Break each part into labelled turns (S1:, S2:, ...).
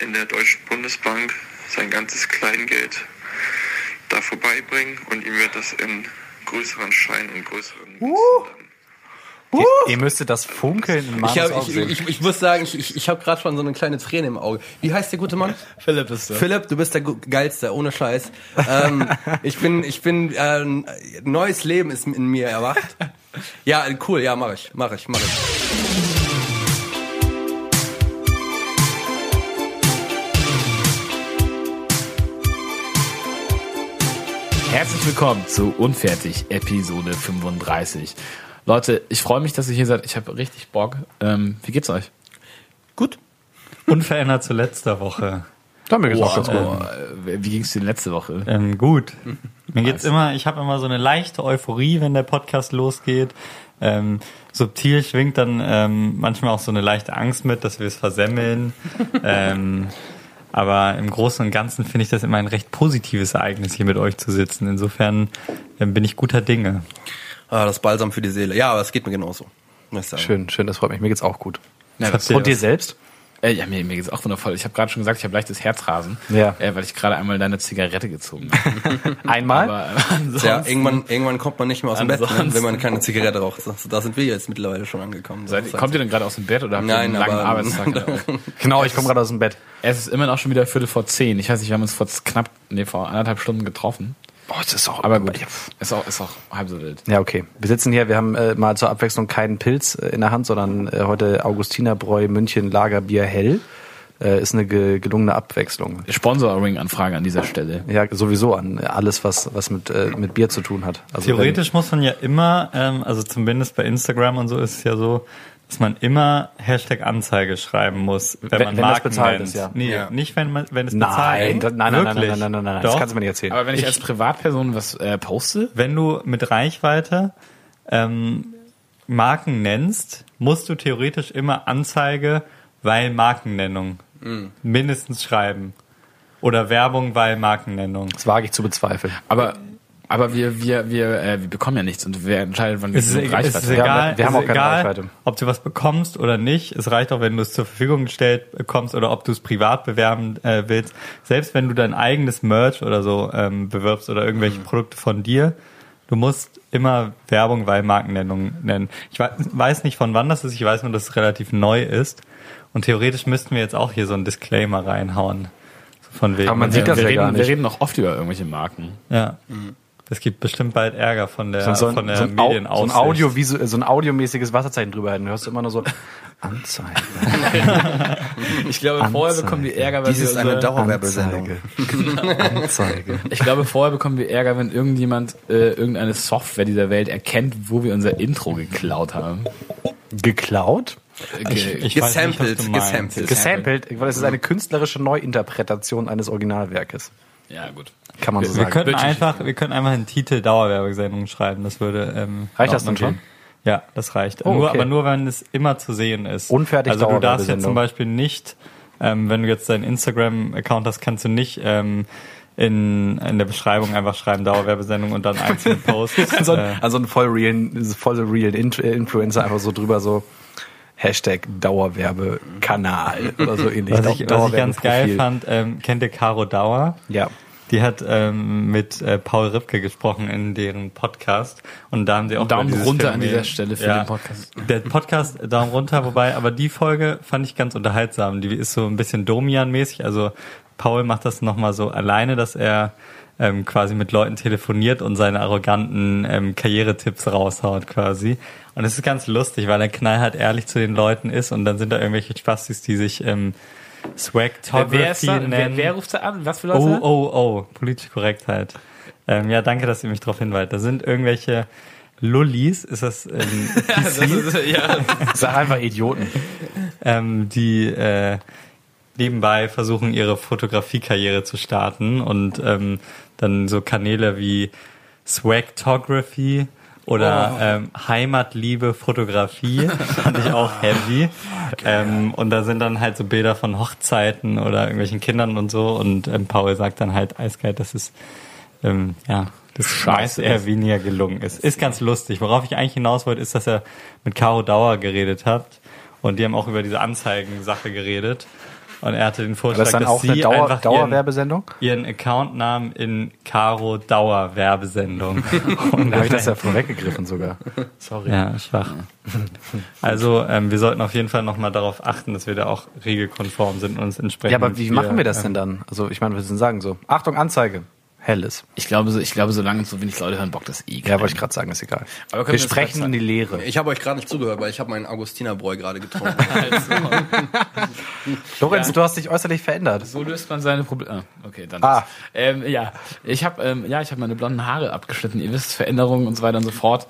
S1: in der Deutschen Bundesbank sein ganzes Kleingeld da vorbeibringen und ihm wird das in größeren Scheinen und größeren Münzen
S2: Uh.
S1: dann.
S2: Ihr, ihr müsstet das Funkeln in
S3: Ich,
S2: Manus
S3: hab,
S2: Augen
S3: ich,
S2: sehen.
S3: ich, ich muss sagen, ich, ich, ich habe gerade schon so eine kleine Träne im Auge. Wie heißt der gute Mann?
S4: Philipp ist da.
S3: Philipp, du bist der Gu- Geilste, ohne Scheiß. ähm, ich bin, ich bin, äh, neues Leben ist in mir erwacht. Ja, cool, ja, mache ich, mache ich, mache ich.
S4: Herzlich willkommen zu Unfertig, Episode 35. Leute, ich freue mich, dass ihr hier seid. Ich habe richtig Bock. Ähm, wie geht's euch?
S3: Gut.
S5: Unverändert zu letzter Woche.
S2: Da mir geht's auch ganz gut.
S4: Boah, Oh, äh, wie ging's dir letzte Woche?
S5: Ähm, gut. Mir geht's immer, ich habe immer so eine leichte Euphorie, wenn der Podcast losgeht. Ähm, subtil schwingt dann ähm, manchmal auch so eine leichte Angst mit, dass wir es versemmeln. ähm, aber im Großen und Ganzen finde ich das immer ein recht positives Ereignis, hier mit euch zu sitzen. Insofern ähm, bin ich guter Dinge.
S3: Ah, das Balsam für die Seele. Ja, aber es geht mir genauso. muss ich sagen.
S2: Schön, schön, das freut mich. Mir geht's auch gut.
S4: Na,
S5: was habt ihr
S4: und dir
S5: was?
S4: selbst? Äh, ja, mir, mir geht's auch wundervoll. Ich habe gerade schon gesagt, ich habe leichtes Herzrasen,
S2: Ja. Halt.
S4: äh, weil ich gerade einmal deine Zigarette gezogen habe.
S3: Hm,
S2: Einmal?
S4: Aber äh, ansonsten,
S3: Ja, irgendwann, irgendwann kommt man nicht mehr aus dem Bett, ne,
S4: Ansonsten-
S3: wenn man keine Zigarette raucht. So, Da sind wir jetzt mittlerweile schon angekommen. So,
S4: seid, kommt ihr denn gerade aus dem Bett oder habt ihr
S3: Nein,
S4: einen langen
S3: aber-
S4: Arbeitstag? hinter euch?
S2: Genau, ich komme gerade aus dem Bett.
S4: es ist immer noch schon wieder Viertel vor zehn. Ich weiß nicht, wir haben uns vor knapp, nee, vor anderthalb Stunden getroffen.
S2: Boah, es ist auch.
S4: Aber gut, ist auch, ist auch halb so wild.
S2: Ja, okay. Wir sitzen hier, wir haben äh, mal zur Abwechslung keinen Pilz äh, in der Hand, sondern äh, heute Augustinerbräu München Lagerbier Hell. Äh, ist eine ge gelungene Abwechslung.
S4: Sponsoring-Anfrage an dieser Stelle.
S2: Ja, sowieso an alles, was, was mit, äh, mit Bier zu tun hat. Also
S5: Theoretisch muss man ja immer, ähm, also zumindest bei Instagram und so ist es ja so, dass man immer Hashtag Anzeige schreiben muss, wenn,
S2: Wenn-
S5: man
S2: wenn das
S5: Marken
S2: bezahlt
S5: nennt.
S2: ist, ja.
S5: Nee,
S3: Ja.
S5: nicht wenn man, wenn es
S2: Wenn, nein,
S5: bezahlt
S2: da, nein, nein, nein, nein,
S5: Wirklich?
S2: nein, nein, nein, nein, das
S5: Doch.
S2: kannst du mir nicht erzählen.
S4: Aber wenn ich,
S5: Ich-
S4: als Privatperson was äh, poste,
S5: Wenn du mit Reichweite ähm, Marken nennst, musst du theoretisch immer Anzeige, weil Markennennung mindestens schreiben. Oder Werbung, weil Markennennung.
S2: das wage ich zu bezweifeln.
S4: aber aber wir wir wir äh, wir bekommen ja nichts und wer entscheidet, wann wir
S5: Es ist,
S4: genug
S5: egal- es ist
S2: haben.
S5: egal,
S2: Wir haben
S5: es
S2: auch
S5: ist
S2: keine
S5: egal
S2: Reichweite.
S5: ob du was bekommst oder nicht. Es reicht auch, wenn du es zur Verfügung gestellt bekommst oder ob du es privat bewerben äh, willst. Selbst wenn du dein eigenes Merch oder so ähm, bewirbst oder
S2: Mhm.
S5: irgendwelche Produkte von dir, du musst immer Werbung bei Markennennung nennen. Ich wei- weiß nicht, von wann das ist. Ich weiß nur, dass es relativ neu ist. Und theoretisch müssten wir jetzt auch hier so einen Disclaimer reinhauen. So von wegen. äh,
S2: Aber man sieht
S4: wir,
S2: das ja
S4: reden,
S2: gar nicht.
S4: wir reden noch oft über irgendwelche Marken.
S5: Ja. Es gibt bestimmt bald Ärger von der,
S2: so, ein-
S5: Äh, von der
S2: so, ein Au- so, ein
S5: Medienaufsicht.
S2: Audio, äh, so ein audiomäßiges Wasserzeichen drüberhalten. Du hörst immer nur so Anzeige.
S4: Ich glaube, vorher
S2: Anzeige.
S4: bekommen wir Ärger, wenn
S3: Dies ist
S4: wir
S3: eine
S4: unsere-
S3: Dauerwerbesendung.
S2: Anzeige. Anzeige.
S4: Ich glaube, vorher bekommen wir Ärger, wenn irgendjemand äh, irgendeine Software dieser Welt erkennt, wo wir unser Intro geklaut haben.
S2: Geklaut?
S4: Ge-
S5: Ich weiß nicht, was
S3: Gesampelt,
S5: du meinst.
S3: gesampelt.
S2: Gesampelt, weil es ist eine künstlerische Neuinterpretation eines Originalwerkes.
S4: ja, gut.
S2: Kann man so
S5: Wir
S2: sagen.
S5: könnten
S4: Wirklich.
S5: einfach, wir könnten einfach einen Titel Dauerwerbesendung schreiben. Das würde ähm,
S2: Reicht das dann
S5: gehen.
S2: schon?
S5: Ja, das reicht.
S2: Oh,
S5: nur,
S2: okay.
S5: aber nur wenn es immer zu sehen ist.
S2: Unfertig
S5: Also du darfst
S2: Dauerwerbesendung.
S5: jetzt zum Beispiel nicht, ähm, wenn du jetzt deinen Instagram-Account hast, kannst du nicht ähm, in, in der Beschreibung einfach schreiben Dauerwerbesendung und dann einzelne Posts.
S2: an so einen,
S5: äh,
S2: an so einen voll realen, voll realen In äh, Influencer einfach so drüber so Hashtag Dauerwerbekanal oder so ähnlich.
S5: was ich, was ich ganz
S2: Dauerwerbeprofil.
S5: geil fand, ähm, kennt ihr Caro Dauer?
S2: Ja.
S5: Die hat ähm, mit äh, Paul Ripke gesprochen in deren Podcast und da haben sie auch
S4: Daumen
S5: über dieses
S4: runter an dieser Stelle für den Podcast.
S5: Der Podcast äh, Daumen runter, wobei aber die Folge fand ich ganz unterhaltsam. Die ist so ein bisschen Domian-mäßig, also Paul macht das nochmal so alleine, dass er ähm, quasi mit Leuten telefoniert und seine arroganten ähm, Karrieretipps raushaut quasi. Und es ist ganz lustig, weil er knallhart ehrlich zu den Leuten ist und dann sind da irgendwelche Spastis, die sich ähm, Swagtography nennen.
S4: ruft da an? Was für
S5: Oh, oh, oh, politische Korrektheit. Ähm, ja, danke, dass ihr mich darauf hinweist. Da sind irgendwelche Lullis, ist das, ähm,
S2: Sag einfach Idioten.
S5: ähm, die äh, nebenbei versuchen, ihre Fotografiekarriere zu starten und ähm, dann so Kanäle wie Swagtography oder ähm, Heimatliebe Fotografie fand ich auch heavy. Ähm, und da sind dann halt so Bilder von Hochzeiten oder irgendwelchen Kindern und so und ähm, Paul sagt dann halt eiskalt, das ist ähm, ja, das Scheiße eher weniger gelungen ist. Ist ganz lustig. Worauf ich eigentlich hinaus wollte, ist, dass er mit Caro Dauer geredet hat und die haben auch über diese Anzeigen-Sache geredet. Und er hatte den
S2: Das
S5: Vorschlag,
S2: ist dann
S5: dass
S2: auch eine
S5: sie
S2: Dauer,
S5: einfach ihren,
S2: Dauerwerbesendung?
S5: ihren Accountnamen in Caro Dauer Werbesendung. Und
S2: Da habe ich das ja vorweggegriffen sogar.
S4: Sorry.
S5: ja, schwach. Also ähm, wir sollten auf jeden Fall nochmal darauf achten, dass wir da auch regelkonform sind und uns entsprechend.
S2: Ja, aber wie
S5: für-
S2: machen wir das denn
S4: ähm,
S2: dann? Also ich meine, wir sind sagen so, Achtung, Anzeige, helles.
S4: Ich glaube, so, ich glaube, solange so wenig Leute hören, bockt das eh
S2: Ja, wollte ich gerade sagen, ist egal.
S4: Aber können
S2: wir
S4: wir das
S2: sprechen
S4: gerade
S2: in die Leere.
S3: Ich habe euch gerade nicht zugehört, weil ich habe meinen Augustinerbräu gerade getrunken.
S2: Lorenz, du hast dich äußerlich verändert.
S4: So löst man seine Probleme. Ah, okay, dann.
S2: Ah.
S4: das. Ähm, ja, ich habe ähm, ja, ich habe meine blonden Haare abgeschnitten. Ihr wisst Veränderungen und so weiter und so fort.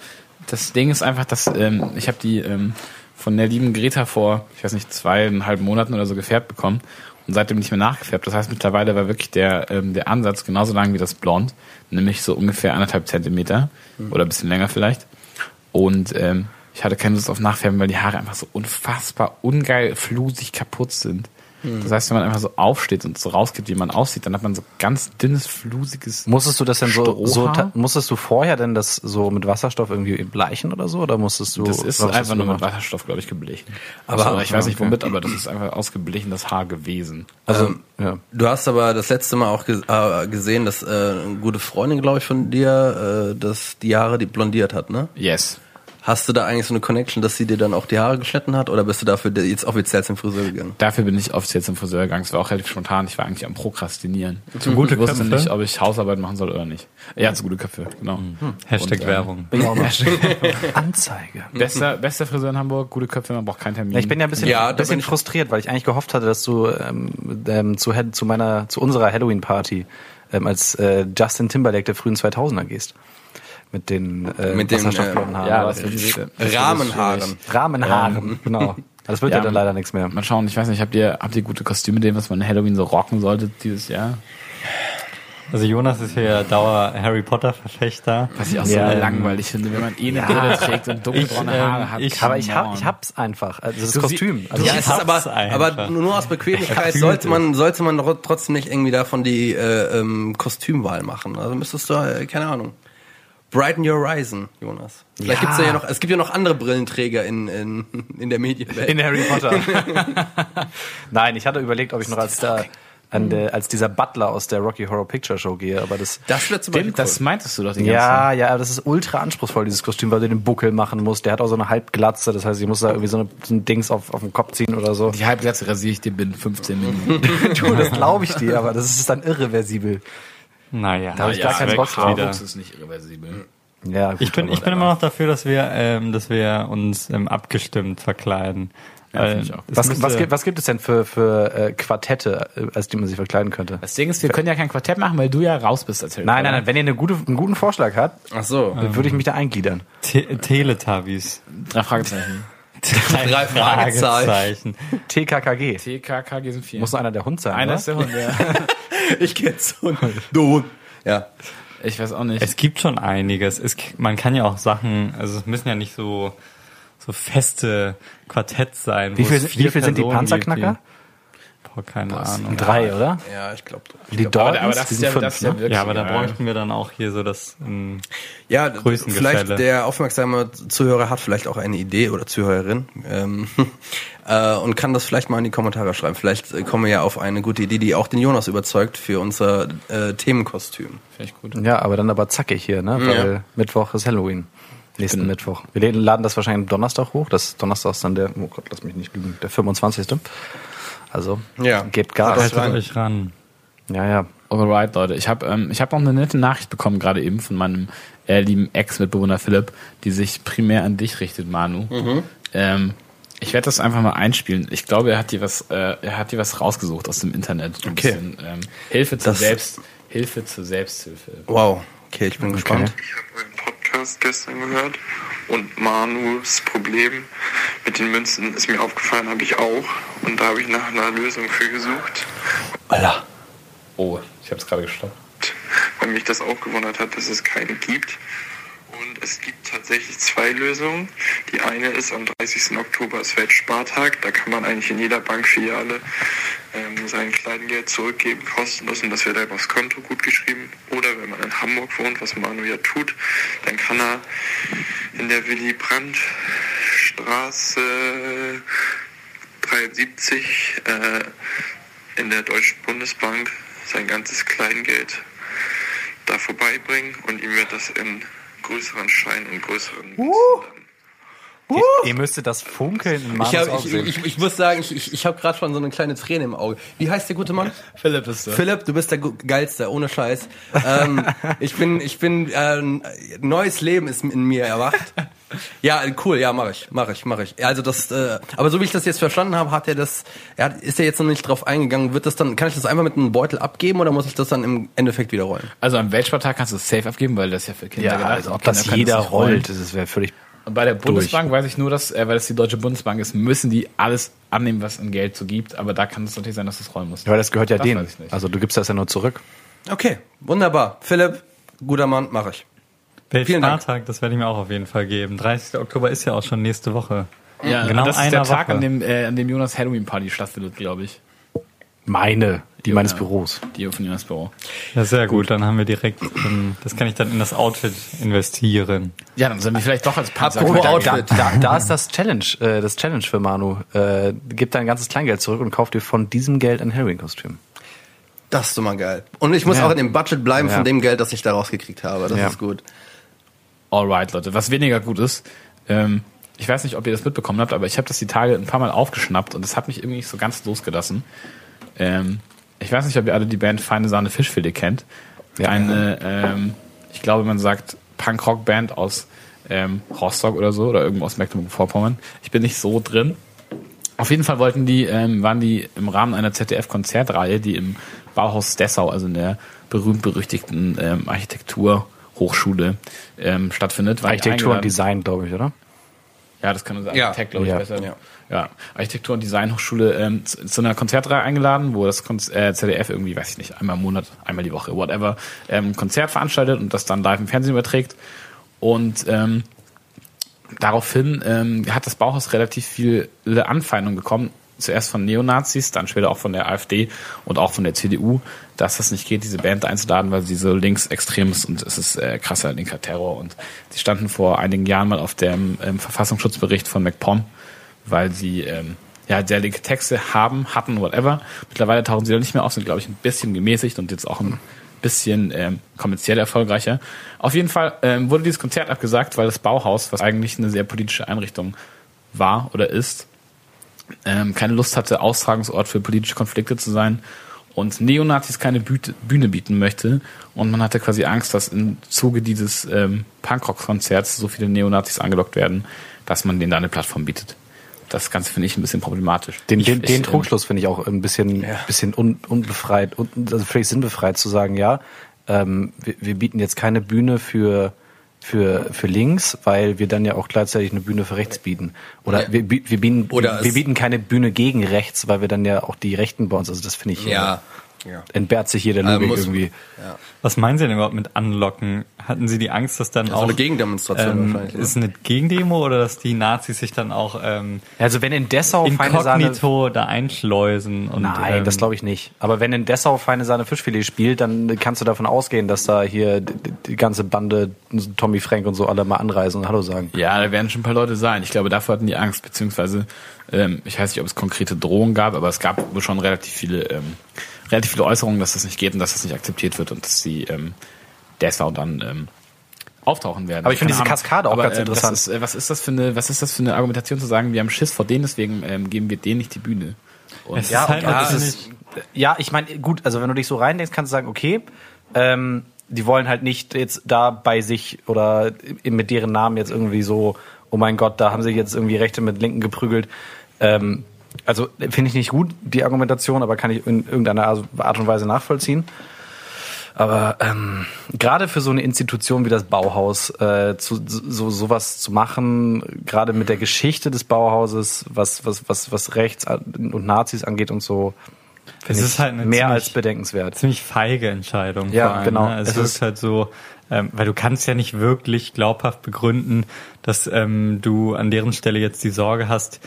S4: Das Ding ist einfach, dass ähm, ich habe die ähm, von der lieben Greta vor, ich weiß nicht, zweieinhalb Monaten oder so gefärbt bekommen und seitdem nicht mehr nachgefärbt. Das heißt, mittlerweile war wirklich der ähm, der Ansatz genauso lang wie das Blond, nämlich so ungefähr anderthalb Zentimeter oder ein bisschen länger vielleicht. Und ähm, ich hatte keine Lust auf Nachfärben, weil die Haare einfach so unfassbar ungeil, flusig kaputt sind.
S2: Hm.
S4: Das heißt, wenn man einfach so aufsteht und so rausgeht, wie man aussieht, dann hat man so ganz dünnes, flusiges.
S2: Musstest du das denn so, so
S4: Strohhaar?
S2: ta- musstest du vorher denn das so mit Wasserstoff irgendwie bleichen oder so? Oder musstest du.
S4: das ist
S2: was hast
S4: einfach
S2: du
S4: nur mit
S2: gemacht?
S4: Wasserstoff, glaube ich, geblichen. Aber ich weiß nicht womit, aber das ist einfach ausgeblichenes Haar gewesen.
S3: Also,
S2: ja.
S3: du hast aber das letzte Mal auch ge äh, gesehen, dass äh, eine gute Freundin, glaube ich, von dir, äh, dass die Haare die blondiert hat, ne?
S4: Yes.
S3: Hast du da eigentlich so eine Connection, dass sie dir dann auch die Haare geschnitten hat oder bist du dafür de- jetzt offiziell zum Friseur gegangen?
S4: Dafür bin ich oft jetzt zum Friseur gegangen. Es war auch relativ spontan. Ich war eigentlich am Prokrastinieren. Zu
S5: gute
S4: ich wusste
S5: Köpfe.
S4: nicht, ob ich Hausarbeit machen soll oder nicht. Ja, zu gute Köpfe, genau.
S2: Hm.
S5: Hashtag
S4: Und, äh,
S5: Werbung.
S2: genau. Anzeige.
S4: Bester, bester Friseur in Hamburg, gute Köpfe, man braucht keinen Termin.
S2: Mhm. Ja, ich bin ja ein bisschen,
S3: Ja, da
S2: ein bisschen
S3: bin ich-
S2: frustriert, weil ich eigentlich gehofft hatte, dass du ähm, ähm, zu, Hel- zu meiner, zu unserer Halloween-Party ähm, als äh, Justin Timberlake der frühen 2000er gehst. Mit den äh,
S3: Mit den,
S2: wasserstoffblonden Haaren.
S4: ja,
S2: oder
S4: das wird schwierig.
S3: Rahmenhaaren.
S2: Rahmenhaaren, genau. Das wird ja,
S4: Ja,
S2: dann leider nichts mehr.
S4: Mal schauen, ich weiß nicht, habt ihr, habt ihr gute Kostüme, dem, was man Halloween so rocken sollte dieses Jahr?
S5: Also Jonas ist hier Dauer Harry Potter Verfechter.
S4: Was ich auch
S2: Ja,
S4: so
S2: ähm,
S4: langweilig finde, wenn man eh eine Brille trägt und dunkelbraune
S5: Ich, ähm,
S4: Haare hat.
S5: ich-
S4: Come
S2: Aber ich,
S4: on.
S2: hab, ich hab's einfach. Also das
S4: Du sie-
S2: Kostüm. Also
S3: Ja,
S5: Ich
S3: es ist
S5: hab's
S3: aber,
S5: einfach.
S3: aber nur aus Bequemlichkeit
S5: fühl
S3: sollte
S5: es.
S3: man, sollte man ro- trotzdem nicht irgendwie davon die äh, ähm, Kostümwahl machen. Also müsstest du, äh, keine Ahnung. Brighten your horizon, Jonas. Vielleicht
S2: Ja.
S3: gibt's ja, ja noch, es gibt ja noch andere Brillenträger in, in, in der Medienwelt.
S2: in Harry Potter. Nein, ich hatte überlegt, ob ich noch als, der, an der, als dieser Butler aus der Rocky Horror Picture Show gehe, aber das.
S3: das wird zum Beispiel
S4: Stimmt, das meintest du doch die ganze Zeit.
S2: Ja, ja, aber das ist ultra anspruchsvoll, dieses Kostüm, weil du den Buckel machen musst. Der hat auch so eine Halbglatze, das heißt, ich muss da irgendwie so, eine, so ein Dings auf, auf den Kopf ziehen oder so.
S4: Die Halbsätze rasiere ich dir binnen 15 Minuten.
S2: Du, das glaube ich dir, aber das ist dann irreversibel.
S5: Naja,
S2: hab ich gar keinen Bock drauf.
S5: wieder.
S4: ist nicht irreversibel.
S2: Ja, gut,
S5: Ich bin,
S2: aber-
S5: ich bin immer noch dafür, dass wir, ähm, dass wir uns ähm, abgestimmt verkleiden. Weil
S4: find ich auch.
S5: es
S2: was,
S5: müsste-
S2: was, gibt, was gibt es denn für, für äh, Quartette, äh, als die man sich verkleiden könnte?
S4: Das Ding ist, wir können ja kein Quartett machen, weil du ja raus bist als Harry
S2: Nein, nein,
S4: Potter.
S2: nein, wenn ihr eine gute, einen guten Vorschlag habt,
S3: Ach so.
S2: dann würde ich mich da eingliedern.
S5: Te Teletubbies.
S4: Drei Fragezeichen.
S3: Drei Fragezeichen.
S2: TKKG.
S4: TKKG sind vier.
S2: Muss nur einer der Hund sein,
S4: Einer
S2: oder?
S4: ist der Hund, ja.
S3: Ich gehe jetzt und du Hund. Ja.
S4: Ich weiß auch nicht.
S5: Es gibt schon einiges. Es, k- man kann ja auch Sachen, also es müssen ja nicht so, so feste Quartetts sein.
S2: Wie
S5: wo
S2: viel,
S5: es
S2: wie
S5: vier
S2: viel sind die
S5: Personen gibt,
S2: Panzerknacker?
S5: die- Boah, keine Ahnung.
S2: Drei, oder?
S3: Ja, ich glaube.
S2: Die Daltons,
S4: aber das
S2: die
S4: ist
S2: sind
S4: ja,
S2: fünf,
S4: das ist ja
S2: ne?
S4: wirklich
S5: Ja, aber da
S4: egal.
S5: bräuchten wir dann auch hier so das. Ähm,
S3: Ja,
S5: Größengefälle.
S3: vielleicht der aufmerksame Zuhörer hat vielleicht auch eine Idee oder Zuhörerin ähm, äh, und kann das vielleicht mal in die Kommentare schreiben. Vielleicht äh, kommen wir ja auf eine gute Idee, die auch den Jonas überzeugt für unser äh, Themenkostüm.
S4: Vielleicht gut.
S2: Ja, aber dann aber zackig hier, ne? Weil Mittwoch ist Halloween. Nächsten Mittwoch. Wir laden- laden das wahrscheinlich am Donnerstag hoch. Das Donnerstag ist dann der, oh Gott, lass mich nicht lügen, der 25. Also,
S3: Ja.
S2: gebt Gas.
S5: haltet
S3: rein.
S5: euch ran.
S2: Ja, ja.
S4: Alright, Leute. Ich habe ähm, ich hab noch eine nette Nachricht bekommen, gerade eben von meinem äh, lieben Ex-Mitbewohner Philipp, die sich primär an dich richtet, Manu.
S2: Mhm.
S4: Ähm, ich werde das einfach mal einspielen. Ich glaube, er hat dir was, äh, er hat dir was rausgesucht aus dem Internet. Ein
S3: Okay.
S4: bisschen, ähm, Hilfe zur
S3: Das-
S4: Selbst, Hilfe zur Selbsthilfe.
S3: Wow. Okay, ich bin gespannt.
S1: Ich habe euren Podcast gestern gehört und Manus Problem mit den Münzen ist mir aufgefallen, habe ich auch. Und da habe ich nach einer Lösung für gesucht,
S3: Alter.
S4: Oh, ich habe es gerade gestoppt.
S1: weil mich das auch gewundert hat, dass es keine gibt. Und es gibt tatsächlich zwei Lösungen. Die eine ist, am 30. Oktober ist Weltspartag. Da kann man eigentlich in jeder Bankfiliale ähm, sein Kleingeld zurückgeben, kostenlos. Und das wird einfach aufs Konto gut geschrieben. Oder wenn man in Hamburg wohnt, was Manu ja tut, dann kann er in der Willy Brandt Straße 73 äh, in der Deutschen Bundesbank sein ganzes Kleingeld da vorbeibringen und ihm wird das in größeren Schein und größeren Münzen dann
S2: Ihr, ihr müsstet das Funkeln in
S3: Ich,
S2: Manus
S3: hab,
S2: Augen
S3: ich,
S2: sehen.
S3: ich, ich muss sagen, ich, ich, ich habe gerade schon so eine kleine Träne im Auge. Wie heißt der gute Mann?
S4: Philipp ist da.
S3: Philipp, du bist der Gu- Geilste, ohne Scheiß. Ähm, ich bin, ich bin, äh, ein neues Leben ist in mir erwacht. Ja, cool, ja, mache ich, mache ich, mache ich. Also das, äh, aber so wie ich das jetzt verstanden habe, hat er das, er hat, ist er jetzt noch nicht drauf eingegangen. Wird das dann, kann ich das einfach mit einem Beutel abgeben oder muss ich das dann im Endeffekt wieder rollen?
S4: Also am Weltspartag kannst du es safe abgeben, weil das ja für Kinder
S2: ja,
S4: gedacht
S2: also
S4: ist.
S2: ob
S4: Kinder
S2: das
S4: können
S2: jeder
S4: nicht rollen.
S2: rollt, das wäre völlig.
S4: Und bei der Bundesbank weiß ich nur, dass, äh, weil das die Deutsche Bundesbank ist, müssen die alles annehmen, was an Geld so gibt. Aber da kann es natürlich sein, dass du es rollen musst.
S2: Weil das gehört ja
S4: Das
S2: denen.
S4: weiß ich nicht.
S2: Also du gibst das ja nur zurück.
S3: Okay, wunderbar. Philipp, guter Mann, mache ich. Vielen Dank.
S5: Weltspartag, das werde ich mir auch auf jeden Fall geben. 30. Oktober ist ja auch schon nächste Woche.
S4: ja,
S5: genau
S4: das ist der
S5: einer
S4: Tag,
S5: Woche.
S4: an dem, äh, an dem Jonas Halloween Party stattfindet, glaube ich.
S2: Meine, die meines
S4: ja.
S2: Büros.
S4: Die von Jonas Büro.
S5: Ja, sehr gut. Dann haben wir direkt, ähm, das kann ich dann in das Outfit investieren.
S4: Ja, dann sollen wir vielleicht doch als Panzer.
S3: Apropos
S4: Outfit
S2: Da,
S3: Outfit.
S2: da, da ist das Challenge, äh, das Challenge für Manu. Äh, gib dein ganzes Kleingeld zurück und kauf dir von diesem Geld ein Halloween-Kostüm.
S3: Das ist doch mal geil. Und ich muss
S2: Ja.
S3: auch in dem Budget bleiben
S2: Ja.
S3: von dem Geld, das ich da rausgekriegt habe. Das
S2: Ja.
S3: ist gut.
S4: Alright, Leute. Was weniger gut ist, ähm, ich weiß nicht, ob ihr das mitbekommen habt, aber ich habe das die Tage ein paar Mal aufgeschnappt und das hat mich irgendwie nicht so ganz losgelassen. Ähm, ich weiß nicht, ob ihr alle die Band Feine Sahne Fischfilet kennt. Eine, ähm, ich glaube, man sagt Punkrock-Band aus ähm, Rostock oder so oder irgendwo aus Mecklenburg-Vorpommern. Ich bin nicht so drin. Auf jeden Fall wollten die, ähm, waren die im Rahmen einer ZDF-Konzertreihe, die im Bauhaus Dessau, also in der berühmt-berüchtigten ähm, Architekturhochschule ähm, stattfindet. waren die
S2: Architektur und
S4: eingeladen.
S2: Design, glaube ich, oder?
S4: Ja, das kann man sagen.
S3: Ja.
S4: Architekt, glaube ich,
S2: Ja.
S4: besser.
S3: Ja.
S4: Ja. Architektur- und Designhochschule ähm, zu, zu einer Konzertreihe eingeladen, wo das Konz äh, ZDF irgendwie, weiß ich nicht, einmal im Monat, einmal die Woche, whatever, ähm, ein Konzert veranstaltet und das dann live im Fernsehen überträgt. Und ähm, daraufhin ähm, hat das Bauhaus relativ viele Anfeindungen bekommen. Zuerst von Neonazis, dann später auch von der AfD und auch von der CDU, dass das nicht geht, diese Band einzuladen, weil sie so linksextrem ist und es ist äh, krasser linker Terror. Und sie standen vor einigen Jahren mal auf dem ähm, Verfassungsschutzbericht von MacPom, weil sie ähm, ja sehr linke Texte haben, hatten, whatever. Mittlerweile tauchen sie da nicht mehr auf, sind, glaube ich, ein bisschen gemäßigt und jetzt auch ein bisschen ähm, kommerziell erfolgreicher. Auf jeden Fall ähm, wurde dieses Konzert abgesagt, weil das Bauhaus, was eigentlich eine sehr politische Einrichtung war oder ist, ähm, keine Lust hatte, Austragungsort für politische Konflikte zu sein und Neonazis keine Büte, Bühne bieten möchte. Und man hatte quasi Angst, dass im Zuge dieses ähm, Punkrock-Konzerts so viele Neonazis angelockt werden, dass man denen da eine Plattform bietet. Das Ganze finde ich ein bisschen problematisch.
S2: Den,
S4: ich,
S2: den,
S4: ich,
S2: den
S4: ähm,
S2: Trugschluss finde ich auch ein bisschen, bisschen un, unbefreit, un, also völlig sinnbefreit zu sagen, ja, ähm, wir, wir bieten jetzt keine Bühne für, für, für links, weil wir dann ja auch gleichzeitig eine Bühne für rechts bieten. Oder
S3: Ja.
S2: wir, bi- wir, bieten,
S3: Oder
S2: wir
S3: es-
S2: bieten keine Bühne gegen rechts, weil wir dann ja auch die Rechten bei uns, also das finde ich,
S3: ja.
S2: äh, entbehrt sich jeder Logik
S3: muss-
S2: irgendwie.
S5: Was meinen Sie denn überhaupt mit anlocken? Hatten Sie die Angst, dass dann
S3: so
S5: auch
S3: eine Gegendemonstration
S5: ähm,
S3: wahrscheinlich, ne?
S5: Ist eine Gegendemo oder dass die Nazis sich dann auch ähm,
S2: Also wenn in Dessau feine Sahne
S5: inkognito da einschleusen und
S2: Nein,
S5: ähm,
S2: das glaube ich nicht. Aber wenn in Dessau feine Sahne Fischfilet spielt, dann kannst du davon ausgehen, dass da hier die, die- die ganze Bande, Tommy Frank und so, alle mal anreisen und Hallo sagen.
S4: Ja, da werden schon ein paar Leute sein. Ich glaube, davor hatten die Angst, beziehungsweise ähm, ich weiß nicht, ob es konkrete Drohungen gab, aber es gab wohl schon relativ viele, ähm, relativ viele Äußerungen, dass das nicht geht und dass das nicht akzeptiert wird und dass die ähm, Dessau dann ähm, auftauchen werden.
S2: Aber ich finde
S4: Keine
S2: diese
S4: Ahnung.
S2: Kaskade auch ganz
S4: ähm,
S2: interessant.
S4: Das ist, äh, was ist das für eine, was ist das für eine Argumentation zu sagen, wir haben Schiss vor denen, deswegen ähm, geben wir denen nicht die Bühne. Und
S5: Es ist halt
S2: und das
S5: natürlich-
S2: ist, ja, ich meine, gut, also wenn du dich so reindenkst, kannst du sagen, okay, ähm, die wollen halt nicht jetzt da bei sich oder i- mit deren Namen jetzt irgendwie so, oh mein Gott, da haben sie jetzt irgendwie Rechte mit Linken geprügelt. Ähm, also finde ich nicht gut, die Argumentation, aber kann ich in irgendeiner Art und Weise nachvollziehen. Aber ähm, gerade für so eine Institution wie das Bauhaus, äh, zu, so sowas zu machen, gerade mit der Geschichte des Bauhauses, was was was was Rechts an- und Nazis angeht und so,
S5: es
S2: finde
S5: ist
S2: ich
S5: halt eine
S2: mehr
S5: ziemlich-
S2: als bedenkenswert.
S5: ziemlich feige Entscheidung.
S2: Ja,
S5: vor allem,
S2: genau.
S5: Ne? Es,
S2: Es
S5: wirkt
S2: ist-
S5: halt so, ähm, weil du kannst ja nicht wirklich glaubhaft begründen, dass ähm, du an deren Stelle jetzt die Sorge hast,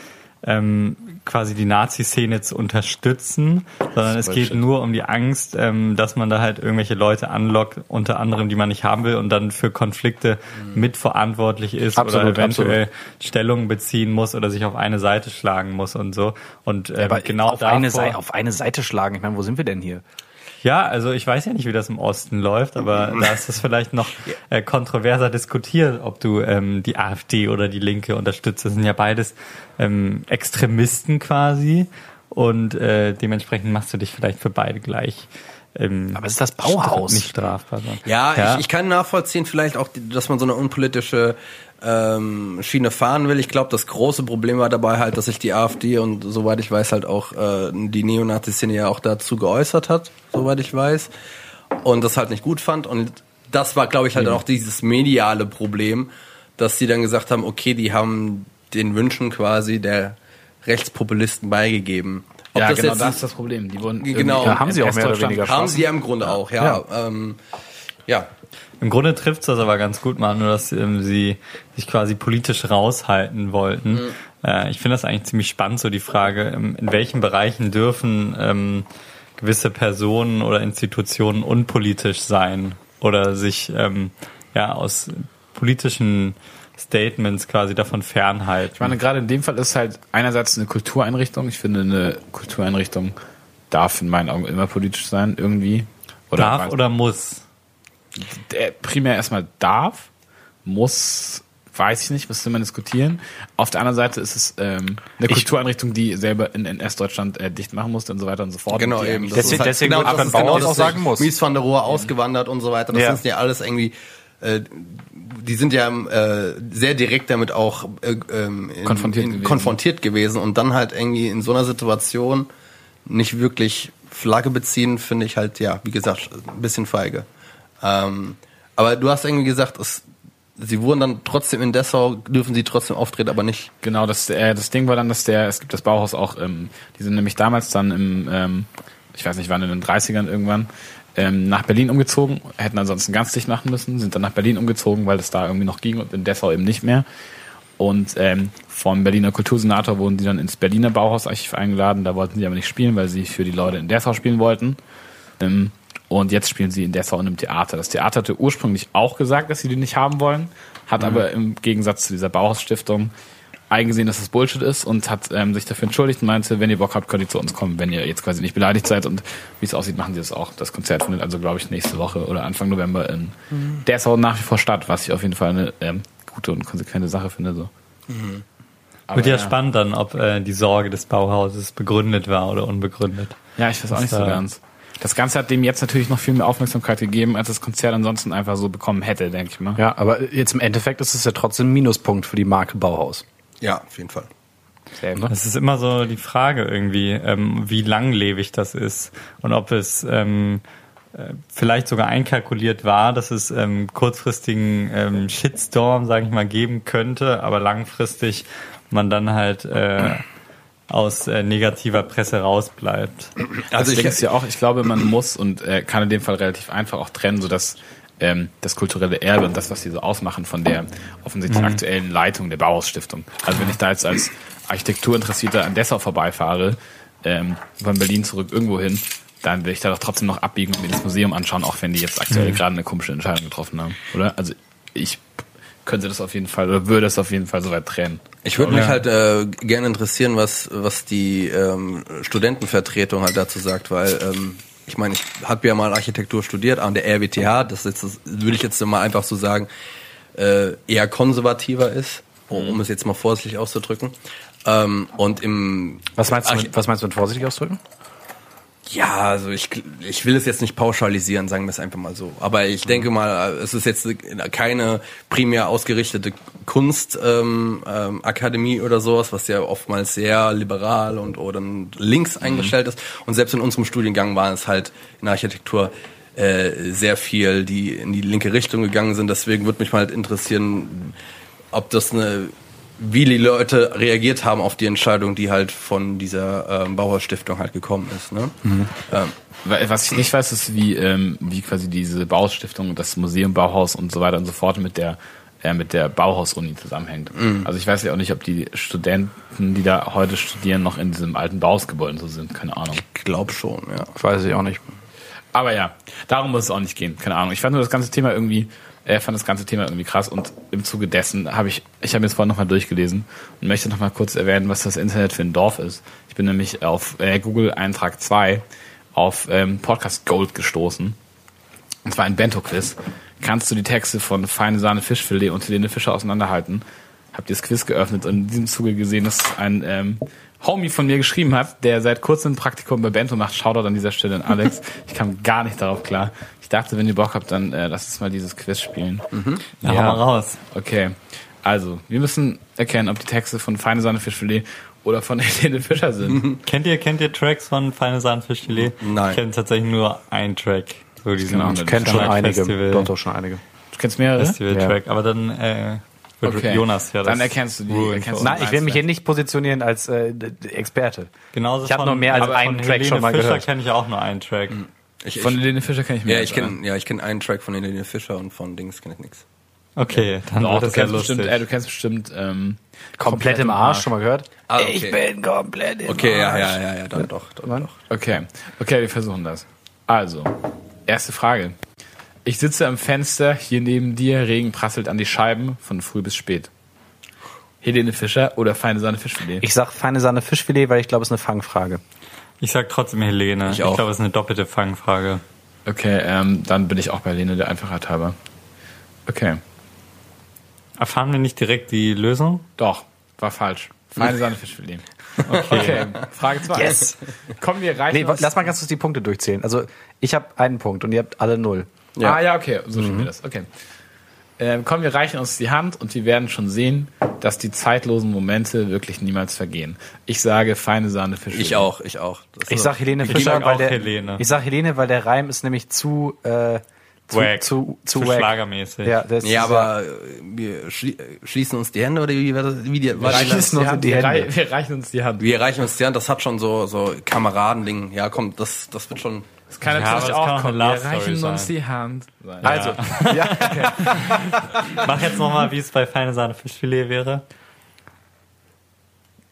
S5: ähm, quasi die Nazi-Szene zu unterstützen, sondern es geht nur um die Angst, ähm, dass man da halt irgendwelche Leute anlockt, unter anderem, die man nicht haben will und dann für Konflikte mitverantwortlich ist
S2: Mhm. Absolut,
S5: oder eventuell Stellung beziehen muss oder sich auf eine Seite schlagen muss und so. Und ähm,
S2: Aber
S5: genau
S2: auf eine,
S5: davor-
S2: Seite, auf eine Seite schlagen. Ich meine, wo sind wir denn hier?
S5: ja, also ich weiß ja nicht, wie das im Osten läuft, aber da ist es vielleicht noch äh, kontroverser diskutiert, ob du ähm, die AfD oder die Linke unterstützt. Das sind ja beides ähm, Extremisten quasi und äh, dementsprechend machst du dich vielleicht für beide gleich. Ähm,
S2: Aber es ist das Bauhaus.
S5: Nicht strafbar. sondern-
S3: Ja, Ich, ich kann nachvollziehen, vielleicht auch, dass man so eine unpolitische ähm, Schiene fahren will. Ich glaube, das große Problem war dabei halt, dass sich die AfD und soweit ich weiß halt auch äh, die Neonazi-Szene ja auch dazu geäußert hat, soweit ich weiß, und das halt nicht gut fand. Und das war, glaube ich, halt auch dieses mediale Problem, dass sie dann gesagt haben, okay, die haben den Wünschen quasi der Rechtspopulisten beigegeben. Ob
S4: ja,
S3: das
S4: genau,
S3: jetzt-
S4: das ist das Problem. Die wurden
S3: Genau.
S4: irgendwie
S3: Ja, haben
S2: sie auch mehr oder
S4: in Westdeutschland-
S2: weniger
S3: haben sie ja im Grunde auch, ja. Ähm, ja.
S5: Im Grunde trifft's das aber ganz gut mal, nur dass ähm, sie sich quasi politisch raushalten wollten.
S4: Mhm.
S5: Äh, ich finde das eigentlich ziemlich spannend, so die Frage, ähm, in welchen Bereichen dürfen ähm, gewisse Personen oder Institutionen unpolitisch sein oder sich ähm, ja aus politischen Statements quasi davon fernhalten.
S4: Ich meine, gerade in dem Fall ist halt einerseits eine Kultureinrichtung. Ich finde, eine Kultureinrichtung darf in meinen Augen immer politisch sein, irgendwie. Oder
S5: darf oder muss?
S4: Der primär erstmal darf, muss, weiß ich nicht, müsste man diskutieren. Auf der anderen Seite ist es ähm, eine Kultureinrichtung, die selber in NS-Deutschland äh, dicht machen musste und so weiter und so fort.
S3: Genau
S4: Und die
S3: eben.
S4: eigentlich-
S3: Das
S2: Deswegen-
S3: ist halt,
S2: deswegen
S3: genau,
S2: wird
S3: das
S2: Adrian
S3: ist genau
S2: Bauer
S3: das
S2: auch sagen muss.
S3: Mies van der Rohe ausgewandert und so weiter. Das
S2: Ja.
S3: sind ja alles irgendwie. äh, Die sind ja äh, sehr direkt damit auch äh, ähm, in,
S4: Konfrontiert
S3: in,
S4: gewesen.
S3: konfrontiert gewesen und dann halt irgendwie in so einer Situation nicht wirklich Flagge beziehen, finde ich halt, ja, wie gesagt, ein bisschen feige. Ähm, aber du hast irgendwie gesagt, es, sie wurden dann trotzdem in Dessau, dürfen sie trotzdem auftreten, aber nicht.
S4: Genau, das, äh, das Ding war dann, dass der, es gibt das Bauhaus auch, ähm, die sind nämlich damals dann im, ähm, ich weiß nicht wann, in den 30ern irgendwann, ähm, nach Berlin umgezogen, hätten ansonsten ganz dicht machen müssen, sind dann nach Berlin umgezogen, weil es da irgendwie noch ging und in Dessau eben nicht mehr. Und ähm, vom Berliner Kultursenator wurden die dann ins Berliner Bauhausarchiv eingeladen, da wollten sie aber nicht spielen, weil sie für die Leute in Dessau spielen wollten. Ähm, und jetzt spielen sie in Dessau und im Theater. Das Theater hatte ursprünglich auch gesagt, dass sie die nicht haben wollen, hat aber im Gegensatz zu dieser Bauhausstiftung eingesehen, dass das Bullshit ist und hat ähm, sich dafür entschuldigt und meinte, wenn ihr Bock habt, könnt ihr zu uns kommen, wenn ihr jetzt quasi nicht beleidigt seid. Und wie es aussieht, machen sie das auch. Das Konzert findet also, glaube ich, nächste Woche oder Anfang November in Dessau nach wie vor statt, was ich auf jeden Fall eine ähm, gute und konsequente Sache finde. So. Aber
S5: Wird ja, spannend dann, ob äh, die Sorge des Bauhauses begründet war oder unbegründet.
S4: Ja, ich weiß auch nicht so
S5: da-
S4: ganz. Das Ganze hat dem jetzt natürlich noch viel mehr Aufmerksamkeit gegeben, als das Konzert ansonsten einfach so bekommen hätte, denke ich mal.
S2: Ja, aber jetzt im Endeffekt ist es ja trotzdem ein Minuspunkt für die Marke Bauhaus.
S3: Ja, auf jeden Fall.
S5: Es ist immer so die Frage irgendwie, ähm, wie langlebig das ist und ob es ähm, äh, vielleicht sogar einkalkuliert war, dass es ähm, kurzfristigen ähm, Shitstorm, sage ich mal, geben könnte, aber langfristig man dann halt äh, aus äh, negativer Presse rausbleibt.
S3: Also
S4: das
S3: ich,
S4: Ding ist ja auch, ich glaube, man muss und äh, kann in dem Fall relativ einfach auch trennen, sodass ähm, das kulturelle Erbe und das, was die so ausmachen von der
S3: Mhm.
S4: offensichtlich aktuellen Leitung der Bauhausstiftung. Also wenn ich da jetzt als Architekturinteressierter an Dessau vorbeifahre, ähm, von Berlin zurück irgendwo hin, dann will ich da doch trotzdem noch abbiegen und mir das Museum anschauen, auch wenn die jetzt aktuell
S3: Mhm.
S4: gerade eine komische Entscheidung getroffen haben, oder? Also ich könnte das auf jeden Fall oder würde es auf jeden Fall soweit trennen.
S3: Ich würde mich halt äh, gerne interessieren, was was die ähm, Studentenvertretung halt dazu sagt, weil ähm, ich meine, ich habe ja mal Architektur studiert an der RWTH, das ist das würde ich jetzt mal einfach so sagen, äh, eher konservativer ist, um um es jetzt mal vorsichtig auszudrücken. Ähm, und im
S2: Was meinst du
S3: Arch-
S2: mit, was meinst du mit vorsichtig ausdrücken?
S3: ja, also ich, ich will es jetzt nicht pauschalisieren, sagen wir es einfach mal so. Aber ich denke mal, äh, es ist jetzt keine primär ausgerichtete Kunstakademie ähm, ähm, Akademie oder sowas, was ja oftmals sehr liberal und oder links eingestellt ist. Und selbst in unserem Studiengang waren es halt in der Architektur äh, sehr viel, die in die linke Richtung gegangen sind. Deswegen würde mich mal halt interessieren, ob das eine wie die Leute reagiert haben auf die Entscheidung, die halt von dieser ähm, Bauer-Stiftung halt gekommen ist. Ne? Ähm,
S4: Weil, Was ich nicht weiß, ist, wie, ähm, wie quasi diese Baustiftung, das Museum, Bauhaus und so weiter und so fort mit der er mit der Bauhaus-Uni zusammenhängt. Also ich weiß ja auch nicht, ob die Studenten, die da heute studieren, noch in diesem alten Bauhausgebäude so sind. Keine Ahnung.
S3: Glaub schon, ja.
S2: Weiß ich auch nicht.
S4: Aber ja, darum muss es auch nicht gehen. Keine Ahnung. Ich fand nur das ganze Thema irgendwie, äh, fand das ganze Thema irgendwie krass und im Zuge dessen habe ich, ich habe mir das vorhin nochmal durchgelesen und möchte nochmal kurz erwähnen, was das Internet für ein Dorf ist. Ich bin nämlich auf äh, Google Eintrag 2 auf ähm, Podcast Gold gestoßen. Und zwar ein Bento-Quiz. Kannst du die Texte von Feine Sahne Fischfilet und Helene Fischer auseinanderhalten? Habt ihr das Quiz geöffnet und in diesem Zuge gesehen, dass ein ähm, Homie von mir geschrieben hat, der seit kurzem ein Praktikum bei Bento macht. Shoutout an dieser Stelle an Alex. Ich kam gar nicht darauf klar. Ich dachte, wenn ihr Bock habt, dann äh, lasst uns mal dieses Quiz spielen.
S5: Na, hau mal raus.
S4: Okay. Also, wir müssen erkennen, ob die Texte von Feine Sahne Fischfilet oder von Helene Fischer sind.
S5: Kennt ihr, kennt ihr Tracks von Feine Sahnenfischfilet?
S3: Nein.
S5: Ich kenne tatsächlich nur einen Track. So diesen
S4: Genau.
S2: Ich kenne schon
S5: Standard
S2: einige.
S5: Festival-
S2: Doch, doch schon einige.
S4: Du kennst mehrere?
S5: Festival-Track. Aber dann äh, wird
S4: Okay.
S5: Jonas ja das.
S4: Dann erkennst du die-
S5: ruhen
S4: erkennst
S5: für
S4: du-
S2: Nein,
S5: uns.
S2: ich will mich hier nicht positionieren als äh, d- d- Experte.
S5: Genauso
S2: Ich hab
S5: von-
S2: nur mehr als
S5: Genau, aber
S2: einen
S5: von
S2: Track
S5: Helene
S2: schon mal
S5: Fischer
S2: gehört.
S5: kenne ich auch nur einen Track.
S3: Ich,
S4: Von
S3: ich,
S4: Helene Fischer kenne ich mehr.
S3: ja, ich
S4: als
S3: kenne ja, ich kenn einen Track von Helene Fischer und von Dings kenne ich nichts.
S5: Okay, dann
S4: Doch,
S5: wird
S4: du
S5: das ja
S4: kennst
S5: lustig.
S4: bestimmt, äh, du kennst bestimmt ähm,
S2: Komplett im Arsch, schon mal gehört?
S3: Ah, okay.
S2: bin komplett im
S3: Okay, ja, ja, ja, Ah, ja, dann doch, dann doch.
S4: Okay, okay, wir versuchen das. Also, erste Frage. Ich sitze am Fenster, hier neben dir, Regen prasselt an die Scheiben, von früh bis spät. Helene Fischer oder feine Sahne Fischfilet?
S2: Ich sag feine Sahne Fischfilet, weil ich glaube, es ist eine Fangfrage.
S5: Ich sag trotzdem Helene. Ich,
S3: auch.
S5: glaube, es ist eine doppelte Fangfrage.
S4: Okay, ähm, dann bin ich auch bei Helene, der Einfachheit halber. Okay,
S5: Erfahren wir nicht direkt die Lösung?
S4: doch, war falsch. Feine Sahne Fischfilet. Okay, Frage 2.
S2: Yes.
S4: Kommen wir rein.
S2: Nee, wa-
S4: aus-
S2: lass mal ganz kurz die Punkte durchzählen. Also, ich habe einen Punkt und ihr habt alle null.
S4: Ah ja, okay, so schieben wir das. Okay. Ähm, komm, wir reichen uns die Hand und wir werden schon sehen, dass die zeitlosen Momente wirklich niemals vergehen. Ich sage feine Sahne für
S3: Ich
S4: Schweden.
S3: auch, ich auch. Das
S2: Ich
S3: ist-
S2: sag Helene
S5: Ich
S2: Fischer,
S5: sag
S2: weil
S5: auch
S2: der,
S5: Helene.
S2: ich sag Helene, weil der Reim ist nämlich zu, äh, zu,
S5: Wack.
S2: zu, zu,
S5: Zu
S2: wack.
S5: schlagermäßig.
S2: Ja, das
S3: Ja,
S2: ist-
S3: aber äh, wir schli äh, schließen uns die Hände oder wie, war das- wie die, war
S4: Wir
S3: die
S4: reichen uns
S2: Schießen uns
S4: die
S2: in
S4: Hand.
S2: die
S4: Wir,
S2: Hände.
S4: rei wir reichen uns die Hand.
S3: Wir reichen uns die Hand, das hat schon so, so Kameradending. Ja, komm, das, das wird schon.
S4: Das kann
S5: Ja, aber das kann auch eine
S4: kommen. Wir
S5: Love Story
S4: reichen
S5: sein.
S4: uns die Hand. Sein.
S2: Also, ja.
S5: Mach jetzt nochmal, wie es bei Feine Sahne Fischfilet wäre.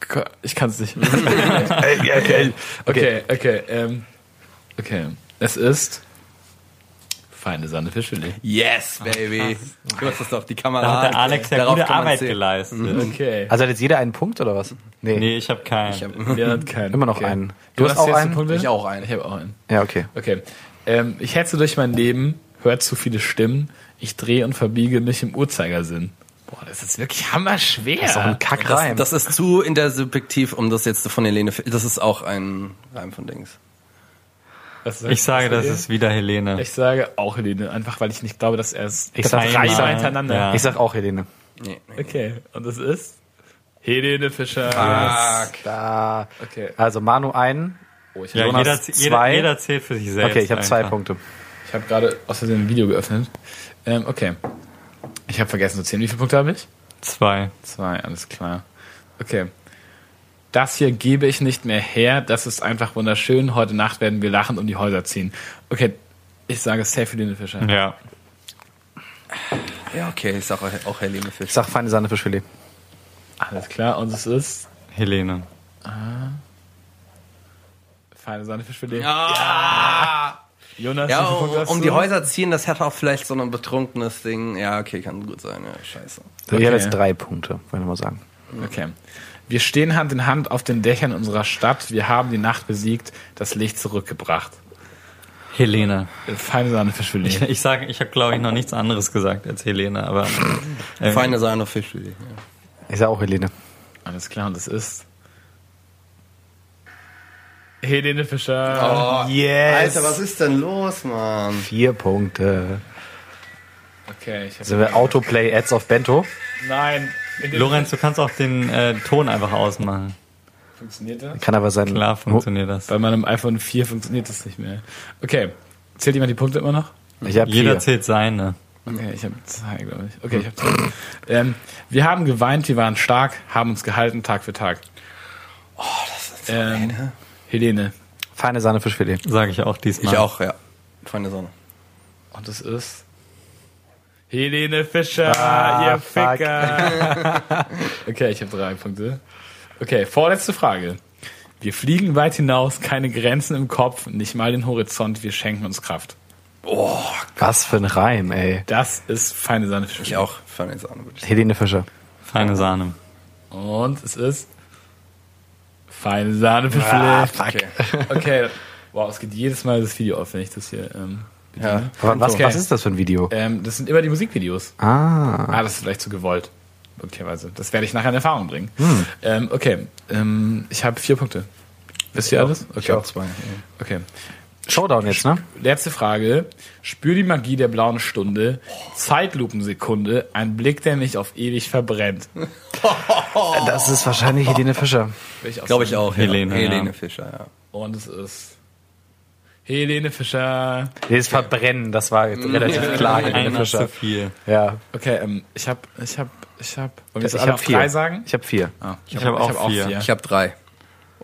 S4: Ko- Ich kann es nicht. okay, okay, okay. Ähm, okay. Es ist feine Sahne Fischfilet.
S3: Yes, baby. Du hast das doch, die Kamera.
S5: Da hat der Alex ja
S3: Ah, Darauf
S5: gute
S3: kann man
S5: Arbeit
S3: zählen.
S5: geleistet.
S4: Okay.
S2: Also hat jetzt jeder einen Punkt oder was? Nee.
S5: Nee, ich habe keinen.
S3: Ich hab-
S4: Wir haben keinen.
S2: Immer noch einen. Du
S4: Du, hast
S2: hast auch
S4: jetzt
S2: einen?
S4: Punkte?
S3: Ich auch einen.
S4: Ich habe auch einen.
S2: Ja, okay.
S4: Okay. Ähm, ich hetze durch mein Leben, höre zu viele Stimmen, ich drehe und verbiege mich im Uhrzeigersinn. Boah, das ist wirklich hammerschwer.
S2: Ist doch ein Kackreim.
S3: Das ist zu intersubjektiv, um das jetzt von Helene. Fi- Das ist auch ein Reim von Dings.
S4: Was sagst
S5: Ich sage,
S4: du?
S5: das ist wieder Helene.
S4: Ich sage auch Helene, einfach weil ich nicht glaube, dass er es.
S2: Ich sag
S4: drei
S5: einmal.
S4: Mal hintereinander.
S5: Ja.
S2: ich sag auch Helene.
S3: Nee, nee.
S4: Okay, und das ist Helene Fischer.
S5: Ah.
S2: Da,
S4: Okay.
S2: also Manu einen.
S4: Oh, ich
S5: Ja,
S4: habe
S2: Jonas
S5: jeder, jeder,
S2: zwei.
S5: jeder zählt für sich selbst.
S2: Okay, ich habe zwei
S5: einfach.
S2: Punkte.
S4: ich hab gerade aus Versehen ein Video geöffnet. Ähm, okay. Ich habe vergessen zu zählen. Wie viele Punkte habe ich?
S5: Zwei.
S4: Zwei, alles klar. Okay. Das hier gebe ich nicht mehr her. Das ist einfach wunderschön. Heute Nacht werden wir lachend um die Häuser ziehen. Okay, ich sage safe Helene Fischer.
S5: Ja.
S3: Ja, okay, ich sag auch- auch Helene
S2: Ich
S3: Fischer.
S2: sag feine Sahne Fischfilet.
S4: Alles klar. Und es ist
S5: Helene.
S4: feine Sahne für Filet. Ja. Jonas,
S3: Ja,
S4: wie viel
S3: um,
S4: Punkte hast
S3: um
S4: du?
S3: die Häuser ziehen, das hat auch vielleicht so ein betrunkenes Ding. Ja, okay, kann gut sein. Ja, scheiße.
S2: So, Ich
S4: Okay.
S2: habe jetzt drei Punkte, wollte ich mal sagen.
S4: Okay. Wir stehen Hand in Hand auf den Dächern unserer Stadt. Wir haben die Nacht besiegt, das Licht zurückgebracht.
S5: Helene.
S4: Äh, Feine Sahne für Filet.
S5: Ich sage, ich habe, glaube ich, noch nichts anderes gesagt als Helene, aber ähm,
S3: Feine Sahne Fischfilet. Ja.
S2: Ich sag auch Helene.
S4: Alles klar, und es ist Helene Fischer.
S2: Yes!
S3: Alter, was ist denn los, Mann?
S2: Vier Punkte.
S3: Oh.
S4: Okay, ich
S2: Sind
S4: habe
S2: wir Autoplay Ads auf Bento?
S4: Nein. Helene-
S5: Lorenz, du kannst auch den äh, Ton einfach ausmachen.
S4: Funktioniert das?
S2: Kann aber sein.
S5: Klar funktioniert das.
S4: Bei meinem iPhone 4 funktioniert das nicht mehr. Okay. Zählt jemand die Punkte immer noch?
S2: Ich habe
S5: Jeder
S2: vier.
S5: zählt seine.
S4: Okay, ich habe zwei, glaube ich. Okay, ich habe zwei. ähm, wir haben geweint, wir waren stark, haben uns gehalten Tag für Tag. Oh, das ist ähm, Helene.
S2: Feine Sahne Fischfilet.
S5: Sage ich auch diesmal.
S3: Ich auch, ja. Feine Sonne.
S4: Und das ist Helene Fischer,
S2: Ah,
S4: ihr
S2: fuck.
S4: Ficker. okay, ich habe drei Punkte. Okay, vorletzte Frage. Wir fliegen weit hinaus, keine Grenzen im Kopf, nicht mal den Horizont, wir schenken uns Kraft.
S2: Was für ein Reim, ey.
S4: Das ist feine Sahne. für
S3: Ich auch. Fand ich auch gut.
S2: Helene Fischer.
S5: Feine Sahne.
S4: Und es ist feine Sahne für Flick.
S3: Okay.
S4: Okay. Wow, es geht jedes Mal das Video auf, wenn ich das hier. Ähm,
S3: Ja.
S2: Aber Was,
S4: Okay.
S2: was ist das für ein Video?
S4: ähm, das sind immer die Musikvideos.
S2: Ah.
S4: Ah, das ist vielleicht zu gewollt. Möglicherweise. Das werde ich nachher in Erfahrung bringen.
S2: Hm.
S4: Ähm, okay. Ähm, ich habe vier Punkte. Wisst ihr alles?
S3: Ich
S4: Okay.
S3: auch zwei.
S4: okay.
S2: Showdown jetzt, ne?
S4: Letzte Frage. Spür die Magie der blauen Stunde. Zeitlupensekunde. Ein Blick, der mich auf ewig verbrennt.
S2: Das ist wahrscheinlich Helene Fischer.
S4: Will ich auch
S3: Glaube ich
S4: sagen.
S3: auch.
S5: Helene,
S3: ja.
S5: ja.
S3: Helene Fischer, ja.
S4: Und es ist Helene Fischer.
S2: Nee, das Verbrennen, das war jetzt relativ klar, Helene
S5: Einer zu
S2: Fischer.
S5: viel.
S2: Ja.
S4: Okay, ähm, ich hab, ich hab, ich hab.
S2: Ich
S4: Wollen wir jetzt alle
S2: habe
S4: auf drei
S2: vier.
S4: sagen?
S2: Ich habe vier.
S5: Ich habe auch, vier.
S3: Ich habe drei.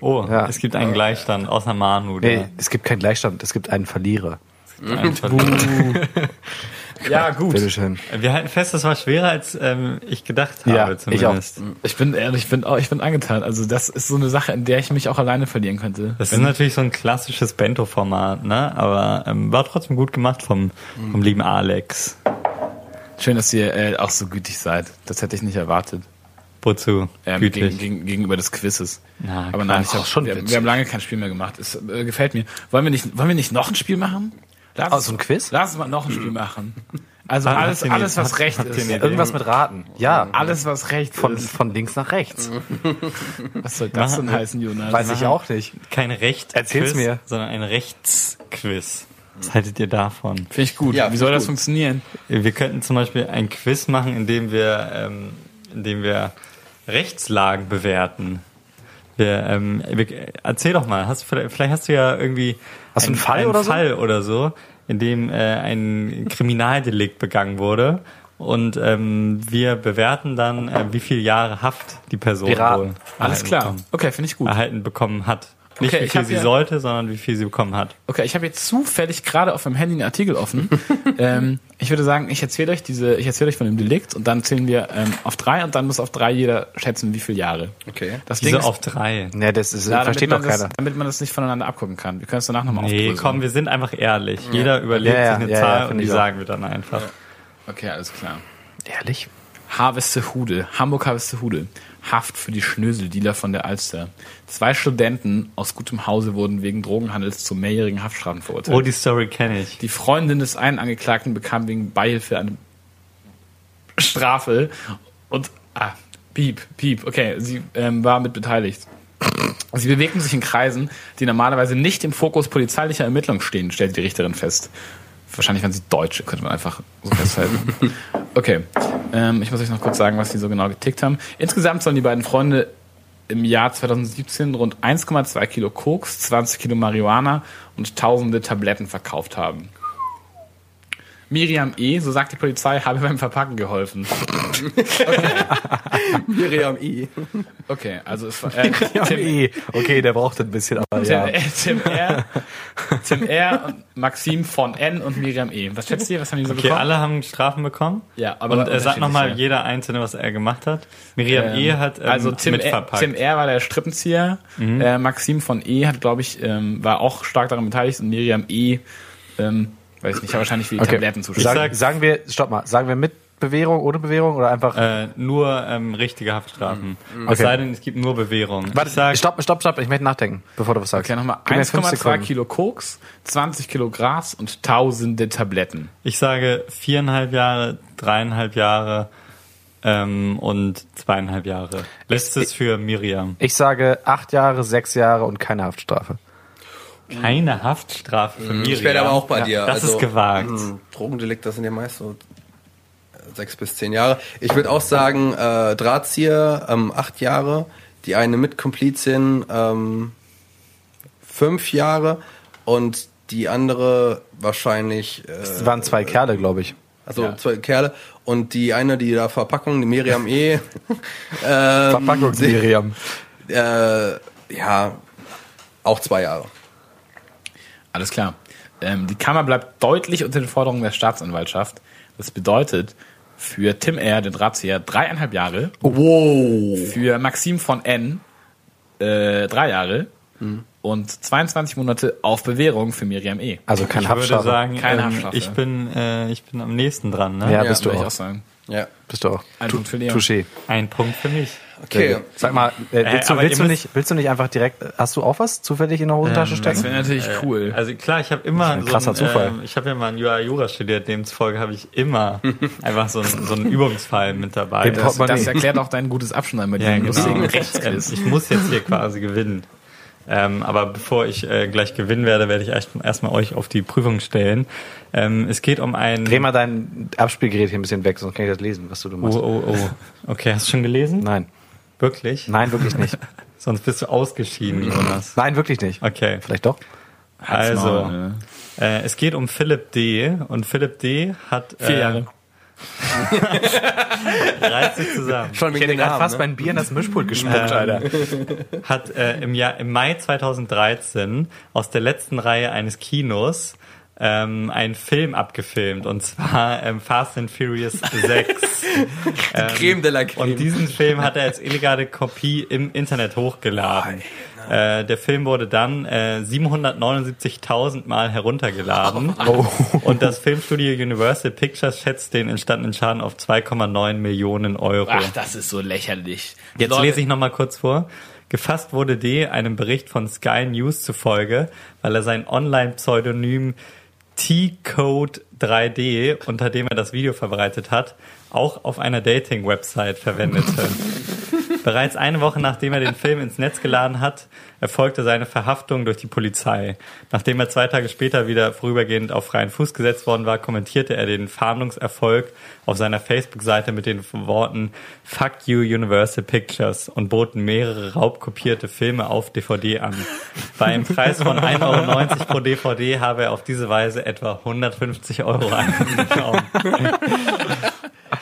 S5: Oh,
S2: Ja.
S5: es gibt einen Gleichstand außer Manu.
S2: Nee,
S5: Der
S2: es gibt keinen Gleichstand, es gibt einen Verlierer.
S5: einen verliert.
S4: Ja, gut.
S2: Bitteschön.
S5: Wir halten fest, das war schwerer, als ähm, ich gedacht habe
S2: Ja, ich auch.
S5: zumindest.
S4: Ich bin ehrlich, ich bin, auch, ich bin angetan. Also das ist so eine Sache, in der ich mich auch alleine verlieren könnte.
S5: Das ist natürlich so ein klassisches Bento-Format, ne? Aber ähm, war trotzdem gut gemacht vom, vom lieben Alex.
S4: Schön, dass ihr äh, auch so gütig seid. Das hätte ich nicht erwartet.
S5: Wozu?
S4: Ähm, gegen,
S5: Gütlich.
S4: gegen, gegenüber des Quizzes.
S5: Na,
S4: Aber nein,
S5: Quatsch.
S4: ich hab,
S2: Ach, schon
S4: wir, wir
S2: witzig.
S4: haben lange kein Spiel mehr gemacht. Es äh, gefällt mir. Wollen wir nicht, wollen wir nicht noch ein Spiel machen? Lass,
S2: Oh, so ein Quiz?
S4: Lass uns mal noch ein Spiel machen. Also
S5: Habt
S4: alles,
S5: ihr eine
S4: alles, was
S5: Idee?
S4: recht
S5: Habt ihr
S4: ist.
S5: eine Idee?
S2: Irgendwas mit Raten. Ja.
S4: Alles, was recht
S2: Von,
S4: ist.
S2: von links nach rechts.
S5: Mhm.
S4: Was soll das denn heißen, Jonas?
S2: Weiß ich auch nicht.
S5: Kein Rechts.
S2: Erzähl's mir.
S5: Sondern ein Rechtsquiz. Was haltet ihr davon?
S4: Finde ich gut.
S3: Ja,
S4: Wie soll
S3: find ich
S4: das
S3: gut.
S4: funktionieren?
S5: Wir könnten zum Beispiel ein Quiz machen, in dem wir, ähm, in dem wir Rechtslagen bewerten. Wir, ähm, wir, erzähl doch mal, hast, du vielleicht vielleicht hast du ja irgendwie
S2: Hast du einen Fall
S5: einen
S2: oder so?
S5: Fall oder so, in dem äh, ein Kriminaldelikt begangen wurde. Und ähm, wir bewerten dann, äh, wie viele Jahre Haft die Person
S2: Piraten.
S5: wohl
S4: Alles
S5: erhalten
S4: klar.
S5: bekommen-
S4: Okay, finde ich gut.
S5: erhalten bekommen hat. Nicht
S4: Okay,
S5: wie
S4: ich
S5: viel
S4: hab
S5: sie
S4: ja-
S5: sollte, sondern wie viel sie bekommen hat.
S4: Okay, ich habe jetzt zufällig gerade auf meinem Handy einen Artikel offen. ähm, ich würde sagen, ich erzähle euch diese, ich erzähle euch von dem Delikt und dann zählen wir ähm, auf drei und dann muss auf drei jeder schätzen, wie viele Jahre.
S3: Okay.
S4: Das
S5: Wieso
S4: Ding ist,
S5: auf drei?
S2: Ne, das ist,
S4: Ja, damit
S2: versteht
S4: man
S2: doch
S4: das,
S2: keiner.
S4: Damit man das nicht voneinander abgucken kann. Wir können es danach nochmal
S5: Nee,
S4: aufdröseln.
S5: komm, wir sind einfach ehrlich. Jeder überlegt
S2: Ja, ja,
S5: sich eine
S2: ja, ja,
S5: Zahl
S2: find
S5: und die
S2: ich auch.
S5: sagen wir dann einfach.
S4: Okay, alles klar.
S2: Ehrlich?
S4: Harvestehude, Hamburg Harvestehude. Haft für die Schnöseldealer von der Alster. Zwei Studenten aus gutem Hause wurden wegen Drogenhandels zu mehrjährigen Haftstrafen verurteilt.
S5: Oh, die Story kenne ich.
S4: Die Freundin des einen Angeklagten bekam wegen Beihilfe eine Strafe und ah, piep, piep, okay, sie ähm, war mit beteiligt. Sie bewegten sich in Kreisen, die normalerweise nicht im Fokus polizeilicher Ermittlungen stehen, stellte die Richterin fest. Wahrscheinlich waren sie Deutsche, könnte man einfach so festhalten. Okay, ähm, ich muss euch noch kurz sagen, was sie so genau getickt haben. Insgesamt sollen die beiden Freunde im Jahr 2017 rund 1,2 Kilo Koks, 20 Kilo Marihuana und tausende Tabletten verkauft haben. Miriam E., so sagt die Polizei, habe beim Verpacken geholfen.
S3: Miriam I.
S4: Okay, also es war, äh, Tim,
S2: Nee. Okay, der braucht ein bisschen, aber
S4: Tim,
S2: ja.
S4: äh, Tim R., Tim R., und Maxim von N. und Miriam E. Was schätzt ihr, was haben die so
S5: Okay,
S4: bekommen?
S5: alle haben Strafen bekommen.
S4: Ja, aber
S5: Und äh, sag nochmal
S4: unterschiedliche.
S5: jeder Einzelne, was er gemacht hat. Miriam E. hat ähm,
S4: also Tim R,
S5: mitverpackt. Mhm.
S4: Tim R. war der Strippenzieher, äh, Maxim von E. hat, glaube ich, ähm, war auch stark daran beteiligt und Miriam E. Ähm, weiß ich nicht, hat wahrscheinlich für die Tabletten zuständig.
S2: Sag,
S5: sag-
S2: sagen wir, stopp mal, sagen wir mit Bewährung, ohne Bewährung oder einfach.
S5: äh, nur ähm, richtige Haftstrafen. Es
S2: Okay.
S5: sei denn, es gibt nur Bewährung.
S2: Warte,
S5: ich sag,
S2: stopp, stopp, stopp, ich möchte nachdenken, bevor du was sagst.
S4: Okay, nochmal
S2: Gib mir fünf
S4: 1,2
S2: Sekunden.
S4: Kilo Koks, 20 Kilo Gras und tausende Tabletten.
S5: ich sage viereinhalb Jahre, dreieinhalb Jahre ähm, und zweieinhalb Jahre. Letztes für Miriam.
S2: Ich sage acht Jahre, sechs Jahre und keine Haftstrafe.
S5: Keine Haftstrafe für Miriam.
S3: Ich werde aber auch bei dir. also,
S5: Das ist gewagt.
S3: Drogendelikte sind ja meist so äh, sechs bis zehn Jahre. Ich würde auch sagen, äh, Drahtzieher, ähm, acht Jahre, die eine mit Komplizin, ähm, fünf Jahre und die andere wahrscheinlich, äh,
S2: Es waren zwei Kerle, glaube ich.
S3: also zwei Kerle und die eine, die da Verpackung, die Miriam E. ähm,
S2: Verpackungsmiriam.
S3: äh, ja, auch zwei Jahre.
S4: Alles klar. Ähm, die Kammer bleibt deutlich unter den Forderungen der Staatsanwaltschaft. Das bedeutet für Tim R., den Drahtzieher, dreieinhalb Jahre.
S5: Oh.
S3: Wow.
S4: Für Maxim von N. Äh, drei Jahre.
S5: Mhm.
S4: Und 22 Monate auf Bewährung für Miriam E.
S2: Also kein
S5: Ich würde
S2: Haftstrafe.
S5: sagen,
S4: Keine
S5: ähm,
S4: Haftstrafe.
S5: ich, bin, äh, ich bin am nächsten dran. Ne?
S2: ja,
S3: Ja,
S2: bist du
S4: Würde ich auch
S2: auch.
S4: sagen.
S3: Ja.
S2: Bist du auch.
S4: Ein Punkt für Leon.
S2: Touché.
S5: Ein Punkt für mich.
S3: Okay.
S2: Sag mal, äh, willst, du,
S5: aber
S2: willst,
S5: ihr
S2: du
S5: müsst-
S2: nicht, willst du nicht einfach direkt, hast du auch was zufällig in der Hosentasche
S4: Das
S2: stecken?
S4: wäre natürlich cool.
S5: Also klar, ich habe immer
S2: ein krasser
S5: so
S2: Zufall.
S5: Ähm, ich habe ja mal ein Jahr Jura studiert, demzufolge habe ich immer einfach so, einen- so einen Übungsfall mit dabei.
S2: Den
S4: das,
S2: Portemonnaie.
S4: das erklärt auch dein gutes Abschneiden bei
S5: Ja,
S4: diesem lustigen
S5: genau. Ähm,
S4: Rechtsquiz.
S5: ich muss jetzt hier quasi gewinnen. Ähm, aber bevor ich äh, gleich gewinnen werde, werde ich erst- erstmal euch auf die Prüfung stellen. Ähm, es geht um einen.
S2: Dreh mal dein Abspielgerät hier ein bisschen weg, sonst kann ich das lesen, was du da
S5: Oh,
S2: machst.
S5: oh, oh. Okay, hast du schon gelesen?
S2: Nein,
S5: Wirklich?
S2: nein, wirklich nicht.
S5: Sonst bist du ausgeschieden, Jonas.
S2: Nein, wirklich nicht.
S5: Okay.
S2: Vielleicht doch.
S5: Also,
S4: Maul, ne?
S5: äh, es geht um Philipp D. Und Philipp D. hat. äh,
S4: Vier Jahre.
S5: Reißt sich zusammen.
S3: Schon wegen den Namen, ne?
S2: mein Bier in das Mischpult gespuckt,
S5: Alter. hat äh, im, Jahr, im Mai 2013 aus der letzten Reihe eines Kinos ähm, einen Film abgefilmt und zwar ähm, Fast and Furious 6. ähm,
S3: Creme de la Creme.
S5: und diesen Film hat er als illegale Kopie im Internet hochgeladen. Äh, der Film wurde dann äh, 779.000 Mal heruntergeladen
S4: Oh.
S5: und das Filmstudio Universal Pictures schätzt den entstandenen Schaden auf 2,9 Millionen Euro.
S4: Ach, das ist so lächerlich.
S5: Jetzt
S4: Leute,
S5: lese ich nochmal kurz vor. Gefasst wurde D. einem Bericht von Sky News zufolge, weil er sein Online-Pseudonym T-Code 3D, unter dem er das Video verbreitet hat, auch auf einer Dating-Website verwendete. Bereits eine Woche nachdem er den Film ins Netz geladen hat, erfolgte seine Verhaftung durch die Polizei. Nachdem er zwei Tage später wieder vorübergehend auf freien Fuß gesetzt worden war, kommentierte er den Fahndungserfolg auf seiner Facebook-Seite mit den Worten Fuck you Universal Pictures und boten mehrere raubkopierte Filme auf DVD an. Bei einem Preis von 1,90 Euro pro DVD habe er auf diese Weise etwa 150 Euro eingenommen.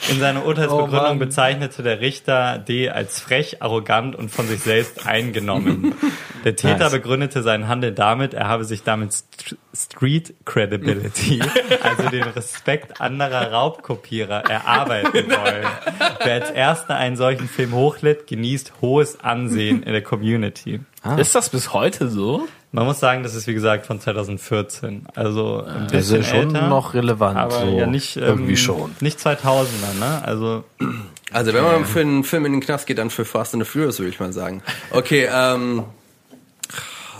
S5: In seiner
S2: Oh
S5: Urteilsbegründung bezeichnete der Richter D. als frech, arrogant und von sich selbst eingenommen. Der Täter
S2: Nice.
S5: begründete seinen Handel damit, er habe sich damit St Street Credibility, also den Respekt anderer Raubkopierer, erarbeiten wollen. Wer als Erster einen solchen Film hochlädt, genießt hohes Ansehen in der Community.
S4: Ist das bis heute so?
S5: Man muss sagen, das ist wie gesagt von 2014. Also ein
S2: Das
S5: bisschen
S2: ist schon
S5: älter,
S2: noch relevant.
S5: aber
S2: so.
S5: ja nicht ähm,
S2: irgendwie schon.
S5: Nicht 2000er, ne? Also
S3: Also wenn man für einen Film in den Knast geht, dann für Fast and the Furious, würde ich mal sagen. Okay, ähm.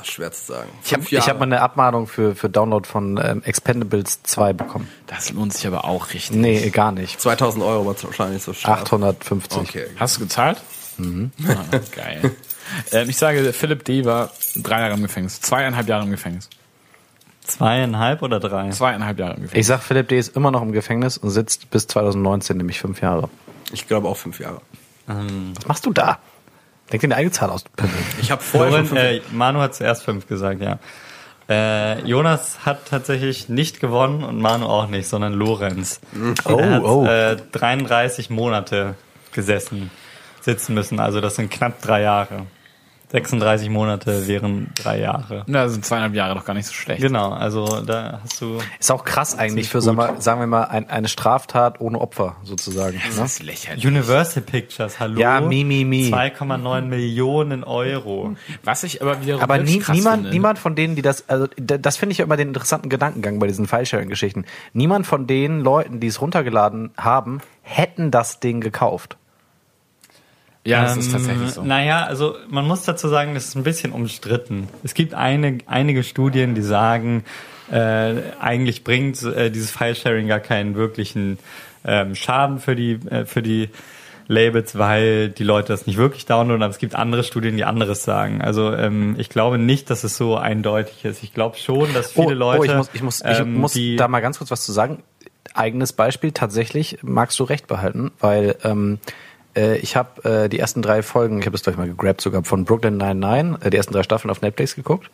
S3: Schwer zu sagen.
S2: Ich habe
S3: Fünf
S2: ich
S3: Jahre.
S2: hab mal eine Abmahnung für, für Download von ähm, Expendables 2 bekommen.
S4: Das lohnt sich aber auch richtig.
S2: Nee, gar nicht.
S3: 2000 Euro war wahrscheinlich so stark.
S2: 850.
S3: Okay.
S4: Hast du gezahlt? Mhm. Ah, geil. ähm, ich sage, Philipp D. war drei Jahre im Gefängnis. Zweieinhalb Jahre im Gefängnis.
S5: Zweieinhalb oder drei?
S4: Zweieinhalb Jahre im Gefängnis.
S2: Ich sag, Philipp D. ist immer noch im Gefängnis und sitzt bis 2019, nämlich fünf Jahre.
S3: Ich glaube auch fünf Jahre.
S2: Was machst du da? Denk dir eine eigene Zahl aus. du Pimmel.
S3: Ich habe vorher schon
S5: Florian,
S3: fünf
S5: äh, Manu hat zuerst fünf gesagt, ja. Äh, Jonas hat tatsächlich nicht gewonnen und Manu auch nicht, sondern Lorenz.
S2: Oh,
S5: er hat,
S2: oh.
S5: Äh, 33 Monate gesessen, sitzen müssen. Also das sind knapp drei Jahre. 36 Monate wären drei Jahre.
S4: Na, sind zweieinhalb Jahre doch gar nicht so schlecht.
S5: Genau, also da hast du
S2: Ist auch krass eigentlich für, sagen wir, sagen wir mal, ein, eine Straftat ohne Opfer sozusagen. Ne?
S4: Das ist lächerlich.
S5: Universal Pictures, hallo.
S2: Ja, mi, mi, mi.
S5: 2,9 Millionen Euro.
S4: Was ich aber wieder
S2: Aber nie, niemand, niemand von denen, die das, also d- das finde ich ja immer den interessanten Gedankengang bei diesen File-Sharing-Geschichten. Niemand von den Leuten, die es runtergeladen haben, hätten das Ding gekauft.
S4: Ja, das ist
S5: Ähm,
S4: tatsächlich so.
S5: Naja, also man muss dazu sagen, das ist ein bisschen umstritten. Es gibt eine, einige Studien, die sagen, äh, eigentlich bringt äh, dieses File-Sharing gar keinen wirklichen ähm, Schaden für die, äh, für die Labels, weil die Leute das nicht wirklich downloaden. Aber es gibt andere Studien, die anderes sagen. Also ähm, ich glaube nicht, dass es so eindeutig ist. Ich glaube schon, dass viele Leute,
S2: Oh, ich muss, ich muss, ich
S5: ähm,
S2: muss
S5: die-
S2: da mal ganz kurz was zu sagen. Eigenes Beispiel, tatsächlich magst du recht behalten, weil ähm, äh, ich habe äh, die ersten drei Folgen, ich habe das gleich mal gegrabt sogar, von Brooklyn 99, äh, die ersten drei Staffeln auf Netflix geguckt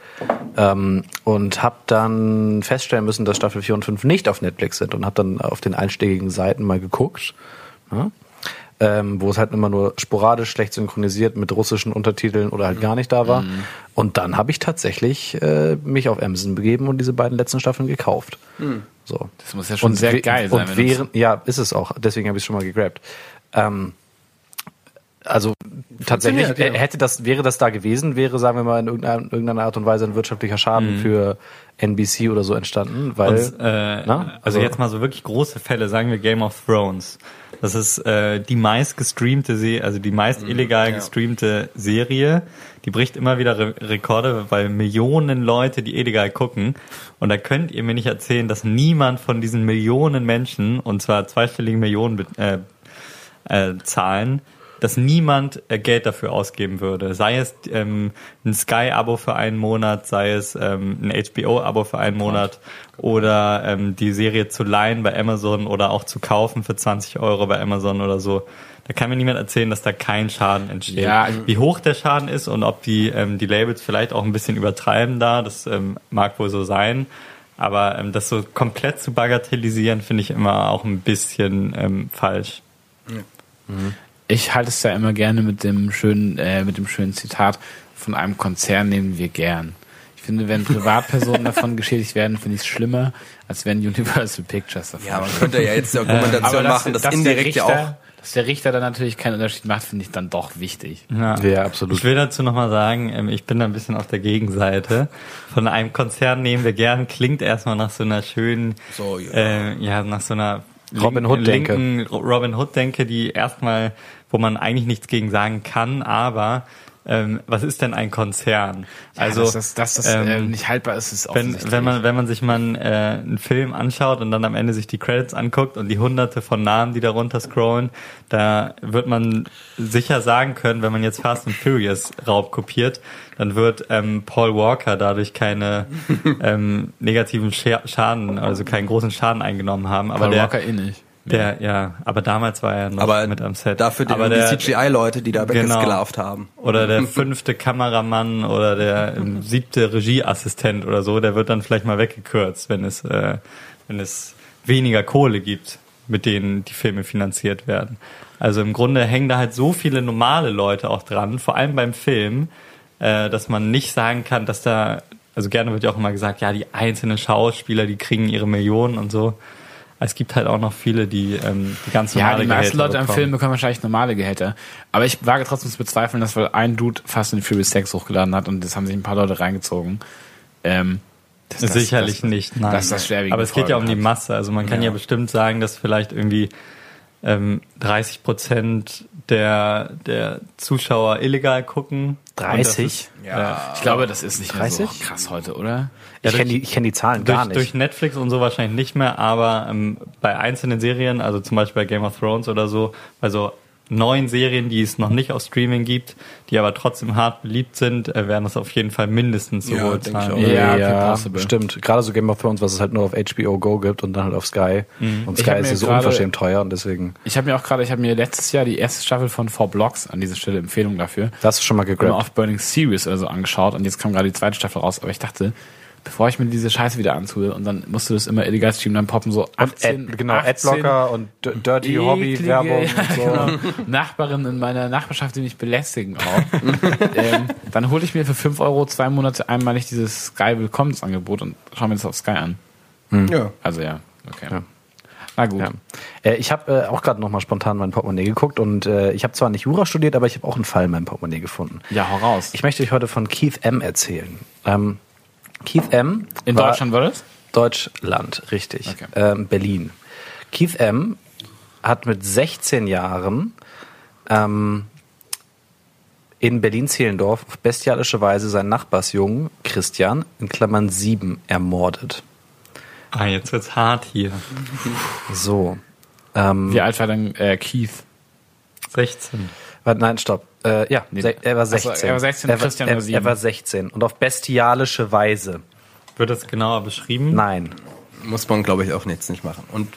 S2: ähm, und habe dann feststellen müssen, dass Staffel 4 und 5 nicht auf Netflix sind und habe dann auf den einschlägigen Seiten mal geguckt. Ja? ähm, wo es halt immer nur sporadisch schlecht synchronisiert mit russischen Untertiteln oder halt gar nicht da war. Und dann habe ich tatsächlich äh, mich auf Amazon begeben und diese beiden letzten Staffeln gekauft. So.
S4: Das muss ja schon sehr
S2: we-
S4: geil sein,
S2: Und
S4: wenn du's-
S2: während, ja, ist es auch. Deswegen habe ich es schon mal gegrabt. Ähm, also tatsächlich
S3: Funktioniert, ja.
S2: äh, hätte das wäre das da gewesen, wäre sagen wir mal in irgendeiner, irgendeiner Art und Weise ein wirtschaftlicher Schaden für NBC oder so entstanden, weil
S5: Und, äh,
S2: Na?
S5: also
S2: Also-
S5: jetzt mal so wirklich große Fälle, sagen wir Game of Thrones. Das ist äh, die meist gestreamte Serie, also die meist
S2: Mhm,
S5: illegal gestreamte Serie. Die bricht immer wieder Re Rekorde, weil Millionen Leute die illegal gucken. Und da könnt ihr mir nicht erzählen, dass niemand von diesen Millionen Menschen, und zwar zweistelligen Millionen äh, äh, Zahlen, dass niemand äh, Geld dafür ausgeben würde. Sei es ähm, ein Sky-Abo für einen Monat, sei es ähm, ein HBO-Abo für einen Monat oder ähm, die Serie zu leihen bei Amazon oder auch zu kaufen für 20 Euro bei Amazon oder so. Da kann mir niemand erzählen, dass da kein Schaden entsteht.
S4: Ja,
S5: Wie hoch der Schaden ist und ob die, ähm, die Labels vielleicht auch ein bisschen übertreiben da, das ähm, mag wohl so sein. Aber ähm, das so komplett zu bagatellisieren, finde ich immer auch ein bisschen ähm, falsch.
S4: Ich halte es ja immer gerne mit dem schönen, äh, mit dem schönen Zitat von einem Konzern nehmen wir gern. Ich finde, wenn Privatpersonen davon geschädigt werden, finde ich es schlimmer, als wenn Universal Pictures davon.
S3: Ja, man könnte ja jetzt die Argumentation machen, dass, indirekt
S4: der
S3: ja auch.
S4: Richter, dass der Richter dann natürlich keinen Unterschied macht, finde ich dann doch wichtig.
S2: ja absolut.
S5: Ich will dazu nochmal sagen, ähm, ich bin da ein bisschen auf der Gegenseite. Von einem Konzern nehmen wir gern, klingt erstmal nach so einer schönen,
S3: So, ja.
S5: äh, ja, nach so einer
S2: Robin Hood-Denke.
S5: linken Robin Hood-Denke, die erstmal, wo man eigentlich nichts gegen sagen kann, aber ähm, was ist denn ein Konzern? Also,
S4: dass das, dass das äh,
S5: ähm,
S4: nicht haltbar ist, ist
S5: wenn, wenn man wenn man sich mal einen, äh, einen Film anschaut und dann am Ende sich die Credits anguckt und die hunderte von Namen, die da runter scrollen, da wird man sicher sagen können, wenn man jetzt Fast and Furious raubkopiert, dann wird ähm, Paul Walker dadurch keine ähm, negativen Scher- Schaden, also keinen großen Schaden eingenommen haben. Aber
S4: Paul
S5: der,
S4: Walker eh nicht.
S5: der, ja, aber damals war er noch
S3: Aber
S5: mit am Set.
S3: dafür die,
S5: aber
S3: die
S5: der,
S3: CGI-Leute, die da weggesklaft haben.
S5: Genau. oder der fünfte Kameramann oder der ähm, siebte Regieassistent oder so, der wird dann vielleicht mal weggekürzt, wenn es, äh, wenn es weniger Kohle gibt, mit denen die Filme finanziert werden. Also im Grunde hängen da halt so viele normale Leute auch dran, vor allem beim Film, äh, dass man nicht sagen kann, dass da, also gerne wird ja auch immer gesagt, ja, die einzelnen Schauspieler, die kriegen ihre Millionen und so. Es gibt halt auch noch viele, die ähm, die ganz
S4: Ja,
S5: normale
S4: die meisten
S5: Gehälter
S4: Leute am
S5: bekommen.
S4: Film bekommen wahrscheinlich normale Gehälter. Aber ich wage trotzdem zu bezweifeln, dass weil ein Dude Fast and Furious 6 hochgeladen hat und das haben sich ein paar Leute reingezogen. Ähm, dass das-
S5: Sicherlich
S4: das,
S5: nicht, nein.
S4: dass das schwerwiegende
S5: Aber es geht ja um die
S4: Folgen hat.
S5: Masse. Also man kann ja, bestimmt sagen, dass vielleicht irgendwie ähm, 30 Prozent der, der Zuschauer illegal gucken. Und das
S2: 30?
S5: Ist, ja.
S4: Ich glaube, das ist nicht mehr so
S2: 30?
S4: krass heute, oder?
S2: Ich kenne die, ich kenn die Zahlen
S5: Durch,
S2: gar nicht.
S5: durch Netflix und so wahrscheinlich nicht mehr, aber ähm, bei einzelnen Serien, also zum Beispiel bei Game of Thrones oder so, bei so neuen Serien, die es noch nicht auf Streaming gibt, die aber trotzdem hart beliebt sind, äh, werden das auf jeden Fall mindestens so
S3: Ja,
S5: hohe
S3: denke ich
S5: Zahlen.
S3: auch.
S4: Ja,
S2: Ja,
S4: okay, possible.
S2: stimmt. Gerade so Game of Thrones, was es halt nur auf HBO Go gibt und dann halt auf Sky. Und
S4: Mhm. Ich
S2: Sky
S4: hab
S2: ist
S4: mir
S2: so
S4: gerade-
S2: unverschämt teuer und deswegen.
S4: Ich habe mir auch gerade, ich habe mir letztes Jahr die erste Staffel von Four Blocks an dieser Stelle Empfehlung dafür.
S2: Das hast du schon mal
S4: Grim
S2: gegrabt.
S4: of Burning Series also angeschaut und jetzt kam gerade die zweite Staffel raus, aber ich dachte, bevor ich mir diese Scheiße wieder antue und dann musst du das immer illegal streamen, dann poppen so
S2: Und
S4: 18,
S2: Ad, genau,
S4: 18
S2: Adblocker und D- Dirty
S4: eklige-
S2: Hobby, Werbung
S4: ja,
S2: und so.
S4: genau, Nachbarin in meiner Nachbarschaft, die mich belästigen auch. ähm, dann hole ich mir für 5 Euro zwei Monate einmalig dieses Sky Willkommensangebot und schaue mir das auf Sky an.
S3: Ja.
S4: Also ja, okay. Na gut.
S2: Ja. Äh, ich habe äh, auch gerade noch mal spontan mein Portemonnaie geguckt und äh, ich habe zwar nicht Jura studiert, aber ich habe auch einen Fall in meinem Portemonnaie gefunden.
S4: Ja, hau raus.
S2: Ich möchte euch heute von Keith M. erzählen. Ähm, Keith M.
S4: in
S2: war-
S4: Deutschland war das?
S2: Deutschland, richtig.
S4: Okay.
S2: Ähm, Berlin. Keith M. hat mit 16 Jahren ähm, in Berlin-Zehlendorf auf bestialische Weise seinen Nachbarsjungen Christian in Klammern 7 ermordet.
S5: Ah, jetzt wird's hart hier.
S2: So. Ähm,
S4: Wie alt war dann äh, Keith?
S5: 16.
S2: Warte, nein, stopp. Äh, ja,
S4: Nee.
S2: se- er war
S4: Ach so,
S2: 16.
S4: er war 16,
S2: er, war,
S4: Christian
S2: er,
S4: war sieben.
S2: er war 16. Und auf bestialische Weise.
S5: Wird das genauer beschrieben?
S2: Nein.
S3: Muss man, glaube ich, auch nichts nicht machen. Und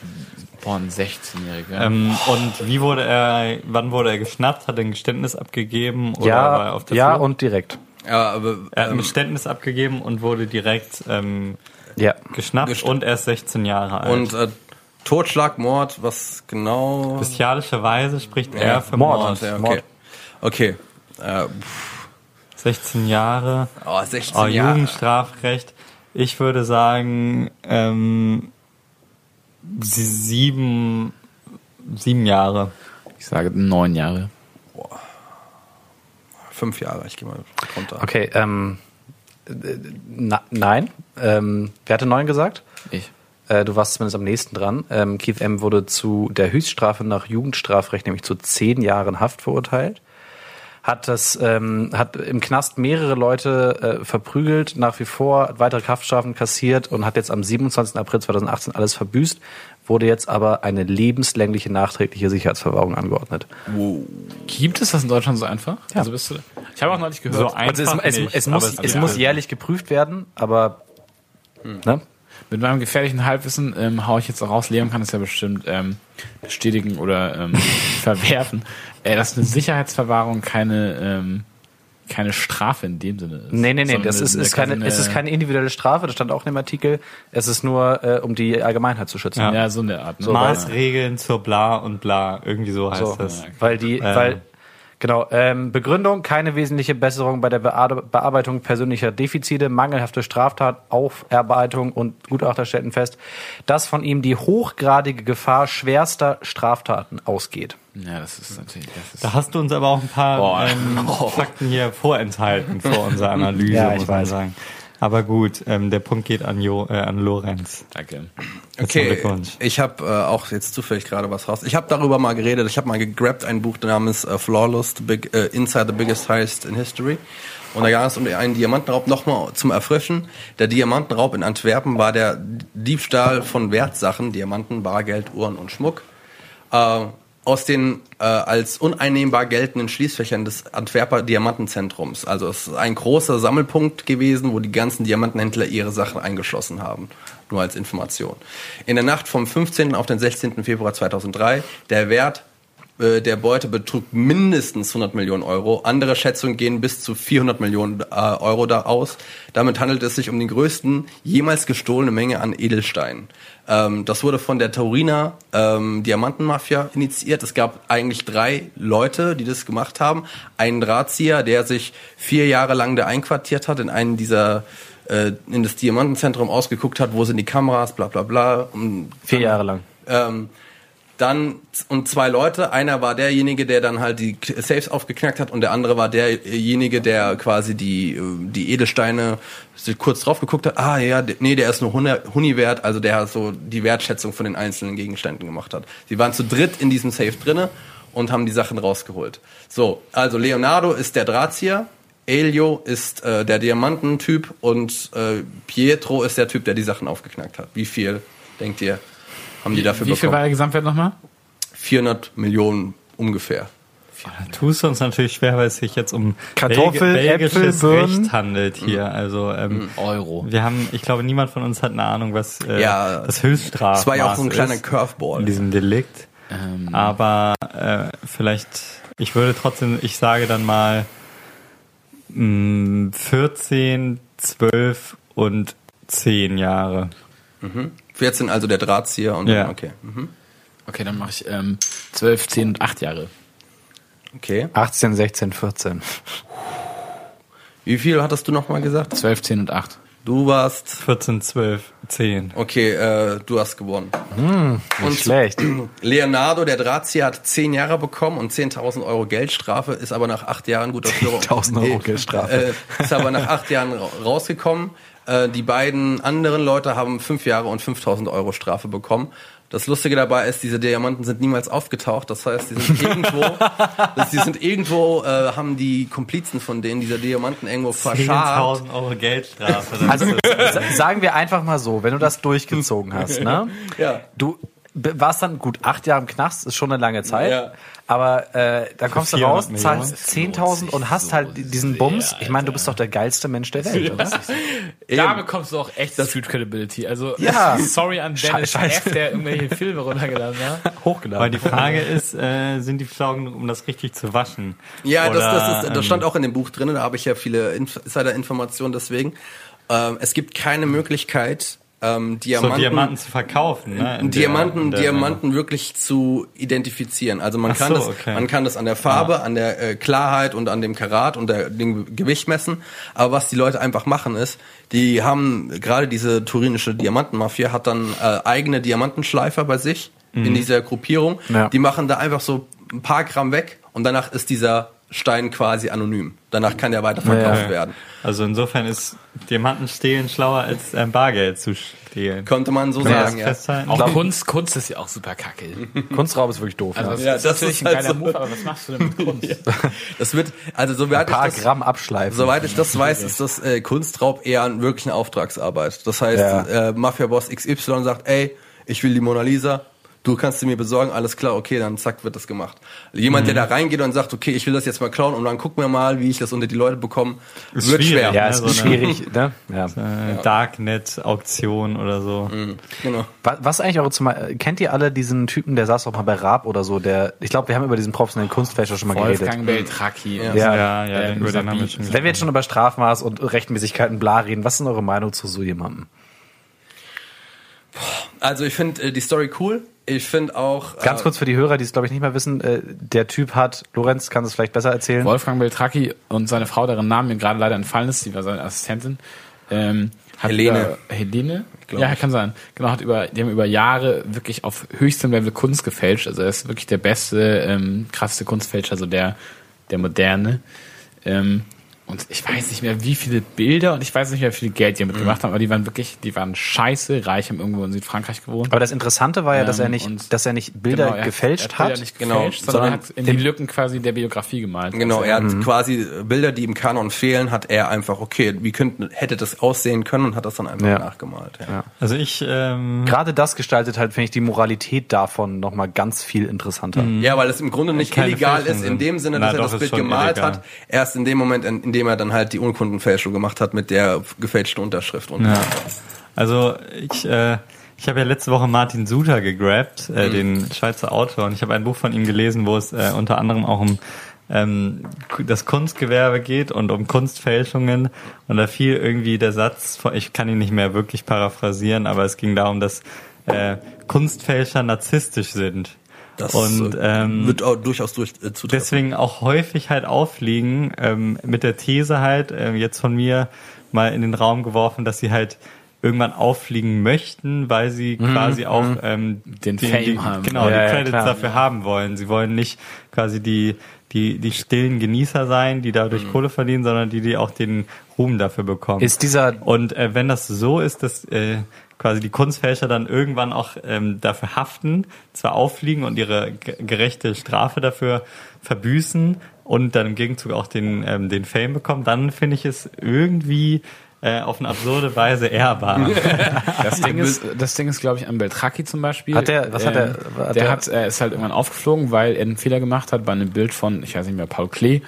S4: Boah, ein 16-Jähriger.
S5: Ähm, und wie wurde er, wann wurde er geschnappt? Hat er ein Geständnis abgegeben? Oder war er
S2: ja,
S5: auf der
S2: ja
S5: Flucht?
S2: und direkt.
S3: ja, aber
S5: er hat ein
S3: ähm,
S5: Geständnis abgegeben und wurde direkt ähm,
S2: Ja.
S5: geschnappt
S3: Gest-
S5: und er ist 16 Jahre alt.
S3: und äh, Totschlag, Mord, was genau?
S5: Bestialischerweise spricht
S3: Ja,
S5: er für
S2: Mord.
S5: Mord.
S3: Ja, okay.
S2: Mord.
S3: Okay. Äh, pff,
S5: 16 Jahre.
S3: oh, 16
S5: Oh,
S3: Jahre.
S5: Jugendstrafrecht. Ich würde sagen, ähm, sie- sieben, sieben Jahre.
S4: Ich sage neun Jahre.
S3: Fünf Jahre, ich gehe mal runter.
S2: Okay, ähm, äh, na, nein. Ähm, wer hatte neun gesagt?
S4: Ich.
S2: Äh, du warst zumindest am nächsten dran. Ähm, Keith M. wurde zu der Höchststrafe nach Jugendstrafrecht, nämlich zu zehn Jahren Haft verurteilt. Hat das, ähm, hat im Knast mehrere Leute äh, verprügelt, nach wie vor hat weitere Haftstrafen kassiert und hat jetzt am 27. April 2018 alles verbüßt, wurde jetzt aber eine lebenslängliche nachträgliche Sicherheitsverwahrung angeordnet.
S4: Gibt es das in Deutschland so einfach? Ja. Also bist du, ich habe auch neulich gehört.
S5: So ein-
S2: Also es,
S5: Einfach
S2: es,
S5: nicht,
S2: es
S5: aber
S2: muss,
S5: es
S2: es
S5: geht.
S2: muss jährlich geprüft werden, aber
S5: Hm.
S2: ne?
S4: Mit meinem gefährlichen Halbwissen ähm, hau ich jetzt auch raus. Leon kann es ja bestimmt ähm, bestätigen oder ähm, verwerfen, äh, dass eine Sicherheitsverwahrung keine ähm, keine Strafe in dem Sinne ist.
S2: Nee, nee, nee,
S4: Sondern
S2: das
S4: eine-
S2: ist,
S4: eine-
S2: ist keine,
S4: eine-
S2: es ist keine individuelle Strafe, das stand auch in dem Artikel. Es ist nur, äh, um die Allgemeinheit zu schützen.
S4: Ja, so eine Art. Ne?
S2: So,
S4: ja.
S5: Maßregeln zur Bla und Bla, irgendwie so heißt
S2: So,
S5: das.
S2: weil die, weil, genau, ähm, Begründung, keine wesentliche Besserung bei der Bear- Bearbeitung persönlicher Defizite, mangelhafte Straftat, Aufarbeitung und Gutachter stellten fest, dass von ihm die hochgradige Gefahr schwerster Straftaten ausgeht.
S4: ja, das ist natürlich. Das ist,
S5: Da hast du uns aber auch ein paar
S4: Boah.
S5: ähm, Fakten hier vorenthalten vor unserer Analyse,
S2: Ja, ich
S5: muss man
S2: weiß.
S5: sagen. Aber gut, ähm, der Punkt geht an, jo, äh, an Lorenz.
S4: danke.
S5: Herzlichen
S3: Okay,
S5: Glückwunsch.
S3: ich habe äh, auch jetzt zufällig gerade was raus. Ich habe darüber mal geredet. Ich habe mal gegrabt ein Buch namens äh, Flawless the Big, äh, Inside the Biggest Heist in History. Und da ging es um einen Diamantenraub nochmal zum Erfrischen. Der Diamantenraub in Antwerpen war der Diebstahl von Wertsachen, Diamanten, Bargeld, Uhren und Schmuck äh, aus den äh, als uneinnehmbar geltenden Schließfächern des Antwerper Diamantenzentrums. Also es ist ein großer Sammelpunkt gewesen, wo die ganzen Diamantenhändler ihre Sachen eingeschlossen haben. Nur als Information. In der Nacht vom 15. auf den 16. Februar 2003, der Wert äh, der Beute betrug mindestens 100 Millionen Euro. Andere Schätzungen gehen bis zu 400 Millionen äh, Euro da aus. Damit handelt es sich um die größten jemals gestohlene Menge an Edelsteinen. Ähm, das wurde von der Tauriner ähm, Diamantenmafia initiiert. Es gab eigentlich drei Leute, die das gemacht haben. Einen Drahtzieher, der sich vier Jahre lang da einquartiert hat in einen dieser äh, in das Diamantenzentrum ausgeguckt hat, wo sind die Kameras, bla bla bla. Und
S2: Vier Jahre lang.
S3: ähm, dann und zwei Leute. Einer war derjenige, der dann halt die K- Safes aufgeknackt hat, und der andere war derjenige, der quasi die äh, die Edelsteine so kurz drauf geguckt hat. Ah ja, d- nee, der ist nur Huni Huni wert, also der hat so die Wertschätzung von den einzelnen Gegenständen gemacht hat. Sie waren zu dritt in diesem Safe drinne und haben die Sachen rausgeholt. So, also Leonardo ist der Drahtzieher. Elio ist äh, der Diamantentyp und äh, Pietro ist der Typ, der die Sachen aufgeknackt hat. Wie viel, denkt ihr, haben die dafür
S4: Wie viel
S3: bekommen?
S4: war der Gesamtwert nochmal?
S3: 400 Millionen ungefähr.
S5: Tust du uns natürlich schwer, weil es sich jetzt um
S2: Kartoffeln,
S5: Belgi- belgisches
S2: Äpfel, Birnen.
S5: Recht handelt hier.
S3: Mhm.
S5: Also ähm,
S4: Euro.
S5: wir haben, ich glaube, niemand von uns hat eine Ahnung, was äh,
S3: Ja,
S5: das Höchststrafmaß
S3: Das war ja auch so ein kleiner
S5: ist in
S3: Curveball.
S5: diesem Delikt.
S3: Ähm.
S5: Aber äh, vielleicht, ich würde trotzdem, ich sage dann mal mh, 14, 12 und 10 Jahre.
S3: 14 also der Drahtzieher und
S5: Ja.
S3: okay. Mhm.
S4: Okay, dann mache ich ähm, 12, 10 und 8 Jahre.
S3: Okay.
S2: 18, 16, 14.
S3: Wie viel hattest du nochmal gesagt?
S4: 12, 10 und 8.
S3: Du warst
S5: 14, 12, 10.
S3: Okay, äh, du hast gewonnen.
S2: Nicht schlecht.
S3: Leonardo, der Drahtzieher, hat 10 Jahre bekommen und 10.000 Euro Geldstrafe, ist aber nach 8 Jahren guter Führung.
S2: 10.000 Euro Geldstrafe.
S3: Äh, ist aber nach 8 Jahren ra- rausgekommen. Äh, die beiden anderen Leute haben 5 Jahre und 5.000 Euro Strafe bekommen. Das Lustige dabei ist, diese Diamanten sind niemals aufgetaucht. Das heißt, die sind irgendwo, das, die sind irgendwo, äh, haben die Komplizen von denen dieser Diamanten irgendwo verscharrt.
S5: 10.000 Euro Geldstrafe. Das
S2: Also
S5: ist-
S2: sa- sagen wir einfach mal so, wenn du das durchgezogen hast, ne?
S3: Ja.
S2: Du b- warst dann gut acht Jahre im Knast, ist schon eine lange Zeit.
S3: Ja.
S2: Aber äh, dann kommst du
S5: 400
S2: raus,
S5: Millionen.
S2: zahlst 10.000 und hast halt diesen Bums. Ich meine, du bist doch der geilste Mensch der Welt, oder?
S4: Da bekommst du auch echt Street Credibility. Also
S2: Ja.
S4: sorry an Dennis
S2: Scheiße.
S4: F., der irgendwelche Filme runtergeladen hat.
S5: Weil
S2: Hochgeladen.
S5: die Frage ist, äh, sind die Flaugen, um das richtig zu waschen?
S3: Ja, das,
S5: Oder, ähm,
S3: das, ist, das stand auch in dem Buch Ähm, drin, da habe ich ja viele Inf- Insider-Informationen deswegen. Ähm, es gibt keine Möglichkeit, ähm,
S5: So
S3: Diamanten,
S5: Diamanten zu verkaufen. Ne? in der- in
S3: Diamanten,
S5: der-
S3: Diamanten wirklich zu identifizieren. Also man
S5: Ach
S3: kann
S5: so,
S3: das,
S5: okay.
S3: man kann das an der Farbe, an der äh, Klarheit und an dem Karat und der, dem Gewicht messen. Aber was die Leute einfach machen ist, die haben gerade diese turinische Diamantenmafia hat dann äh, eigene Diamantenschleifer bei sich in dieser Gruppierung.
S2: Ja.
S3: Die machen da einfach so ein paar Gramm weg und danach ist dieser Stein quasi anonym. Danach kann der weiterverkauft
S2: Ja.
S3: werden.
S5: Also insofern ist Diamanten stehlen schlauer als ähm, Bargeld zu stehlen.
S3: Könnte man so
S5: Kann man das
S3: sagen, ja.
S5: festhalten?
S4: Auch
S2: Glaub-
S4: Kunst, Kunst ist ja auch super kacke.
S2: Kunstraub ist wirklich doof. ne?
S4: Also
S2: ja.
S4: das,
S3: Ja, das
S4: ist natürlich
S3: ist
S4: ein
S3: halt
S4: geiler
S3: so.
S4: Move, aber was machst du denn mit Kunst?
S3: Das wird, also so weit
S2: Ein paar
S3: ich das,
S2: Gramm abschleifen.
S3: Soweit ich das weiß, ist das äh, Kunstraub eher an wirklichen Auftragsarbeit. Das heißt,
S2: Ja.
S3: äh, Mafia-Boss XY sagt, ey, ich will die Mona Lisa, du kannst sie mir besorgen, alles klar, okay, dann zack, wird das gemacht. Jemand,
S2: Mhm.
S3: der da reingeht und sagt, okay, ich will das jetzt mal klauen und dann gucken wir mal, wie ich das unter die Leute bekomme,
S5: Ist
S3: wird
S5: schwierig,
S3: schwer.
S2: ja,
S5: ne,
S2: es ist
S4: Also,
S5: so eine-
S2: schwierig. Ne? Ja.
S5: Äh, Darknet-Auktion oder so.
S3: Genau.
S2: Wa- Was eigentlich eure zum kennt ihr alle diesen Typen, der saß auch mal bei Raab oder so, der ich glaube, wir haben über diesen professionellen Kunstfälscher schon mal geredet.
S4: Wolfgang Beltracchi. und
S2: Ja.
S5: Ja, ja,
S4: Ähm,
S5: über den
S4: Sabi.
S5: haben wir schon gesprochen.
S2: Wenn wir jetzt schon über Strafmaß und Rechtmäßigkeiten bla reden, was ist denn eure Meinung zu so jemandem?
S3: Also ich finde äh, die Story cool. Ich finde auch.
S2: Ganz
S3: äh,
S2: kurz für die Hörer, die es glaube ich nicht mehr wissen, äh, der Typ hat, Lorenz kann es vielleicht besser erzählen.
S4: Wolfgang Beltracchi und seine Frau, deren Name mir gerade leider entfallen ist, die war seine Assistentin. Ähm, hat
S3: Helene.
S4: Über, Helene? Ja, kann sein. Genau, hat über, die haben über Jahre wirklich auf höchstem Level Kunst gefälscht. Also er ist wirklich der beste, ähm, krasseste Kunstfälscher, so der, der moderne. Ähm, und ich weiß nicht mehr, wie viele Bilder und ich weiß nicht mehr, wie viel Geld
S2: Mhm.
S4: die damit gemacht haben, aber die waren wirklich, die waren scheiße reich, haben irgendwo in Südfrankreich gewohnt.
S2: Aber das Interessante war ja, dass er
S4: Ähm,
S2: nicht,
S4: und- genau,
S2: dass er nicht Bilder
S4: er hat-
S2: gefälscht
S4: er hat.
S2: hat.
S4: Bilder nicht
S3: Genau,
S4: gefälscht, sondern,
S3: sondern
S4: hat in die Lücken quasi der Biografie gemalt.
S3: Genau,
S4: Also,
S3: er hat
S2: Mhm.
S3: quasi äh, Bilder, die im Kanon fehlen, hat er einfach, okay, wie könnte, hätte das aussehen können und hat das dann einfach
S2: Ja.
S3: nachgemalt. Ja.
S5: Also ich, ähm,
S2: Mhm. Gerade das gestaltet halt, finde ich, die Moralität davon nochmal ganz viel interessanter.
S3: Ja, weil es im Grunde nicht
S5: Keine
S3: illegal
S5: Fälschung
S3: ist, in
S5: sind.
S3: dem Sinne,
S5: Na
S3: dass er
S5: doch,
S3: das
S5: ist
S3: Bild
S5: schon
S3: gemalt
S5: illegal.
S3: hat, erst in dem Moment, in, in dem er dann halt die Urkundenfälschung gemacht hat mit der gefälschten Unterschrift. Und
S5: ja. also ich, äh, ich habe ja letzte Woche Martin Suter gegrabt, äh, den Schweizer Autor, und ich habe ein Buch von ihm gelesen, wo es äh, unter anderem auch um ähm, das Kunstgewerbe geht und um Kunstfälschungen. Und da fiel irgendwie der Satz, von, ich kann ihn nicht mehr wirklich paraphrasieren, aber es ging darum, dass äh, Kunstfälscher narzisstisch sind.
S3: das
S5: und,
S3: äh,
S5: ähm,
S3: wird auch durchaus durch, äh, zutreffen.
S5: deswegen auch häufig halt auffliegen, ähm, mit der These halt, ähm, jetzt von mir mal in den Raum geworfen, dass sie halt irgendwann auffliegen möchten, weil sie
S2: Mhm,
S5: quasi auch ähm,
S4: Den Fame
S5: die,
S4: haben.
S5: Genau,
S2: Ja, ja,
S5: die Credits
S2: klar.
S5: dafür haben wollen. Sie wollen nicht quasi die, die, die stillen Genießer sein, die dadurch Kohle verdienen, sondern die, die auch den Ruhm dafür bekommen.
S2: Mhm. Ist dieser
S5: Und äh, wenn das so ist, dass äh, quasi die Kunstfälscher dann irgendwann auch ähm, dafür haften, zwar auffliegen und ihre ge- gerechte Strafe dafür verbüßen und dann im Gegenzug auch den, ähm, den Fame bekommen, dann finde ich es irgendwie äh, auf eine absurde Weise ehrbar.
S4: Das Ding ist, das Ding ist, glaube ich, an Beltracchi zum Beispiel. Ähm,
S2: Hat der- was hat er-
S4: der,
S2: hat der-
S4: hat, er ist halt irgendwann aufgeflogen, weil er einen Fehler gemacht hat, bei einem Bild von, ich weiß nicht mehr, Paul Klee,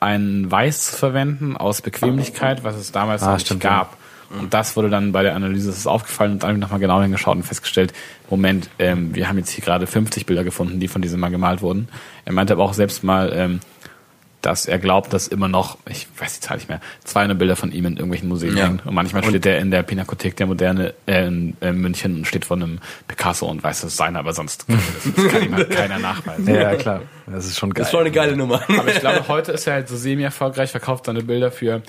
S4: einen Weiß zu verwenden aus Bequemlichkeit, was es damals
S2: Ah,
S4: noch nicht
S2: stimmt,
S4: gab. Und das wurde dann bei der Analyse das ist aufgefallen und dann habe ich nochmal genau hingeschaut und festgestellt, Moment, ähm, wir haben jetzt hier gerade 50 Bilder gefunden, die von diesem Mann gemalt wurden. Er meinte aber auch selbst mal, ähm, dass er glaubt, dass immer noch, ich weiß die Zahl nicht mehr, 200 Bilder von ihm in irgendwelchen Museen
S3: Ja.
S4: hängen. Und manchmal steht der in der Pinakothek der Moderne äh, in, äh, München und steht vor einem Picasso und weiß, das ist seiner, aber sonst kann, das kann ihm halt keiner nachweisen.
S2: Ja, ja, klar. Das ist schon geil.
S3: Das ist schon eine geile Nummer.
S4: Aber ich glaube, heute ist er halt so semi-erfolgreich, verkauft seine Bilder für,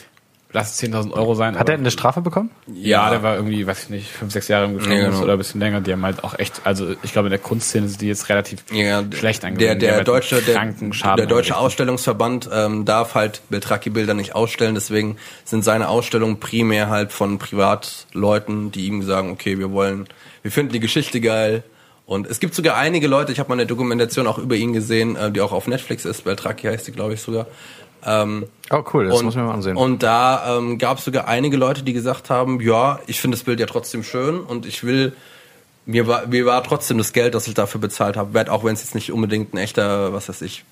S4: lass es 10.000 Euro sein.
S2: hat
S4: aber-
S2: er eine Strafe bekommen?
S4: ja, der war irgendwie, weiß ich nicht, fünf, sechs Jahre im Gefängnis
S3: Ja, genau.
S4: oder ein bisschen länger. Die haben halt auch echt, also ich glaube, in der Kunstszene sind die jetzt relativ
S3: Ja,
S4: schlecht
S3: der,
S4: angegangen. Die haben
S3: der,
S4: halt
S3: deutsche,
S4: einen
S3: der,
S4: kranken Schaden
S3: der deutsche
S4: angerichtet.
S3: Ausstellungsverband ähm, darf halt Beltraki-Bilder nicht ausstellen, deswegen sind seine Ausstellungen primär halt von Privatleuten, die ihm sagen, okay, wir wollen, wir finden die Geschichte geil. Und es gibt sogar einige Leute, ich habe mal eine Dokumentation auch über ihn gesehen, äh, die auch auf Netflix ist, Beltraki heißt die, glaube ich, sogar. Ähm,
S2: Oh cool, das muss ich mir mal ansehen.
S3: und da ähm, gab es sogar einige Leute, die gesagt haben, ja, ich finde das Bild ja trotzdem schön und ich will, mir war, mir war trotzdem das Geld, das ich dafür bezahlt habe, wert, auch wenn es jetzt nicht unbedingt ein echter, was weiß ich.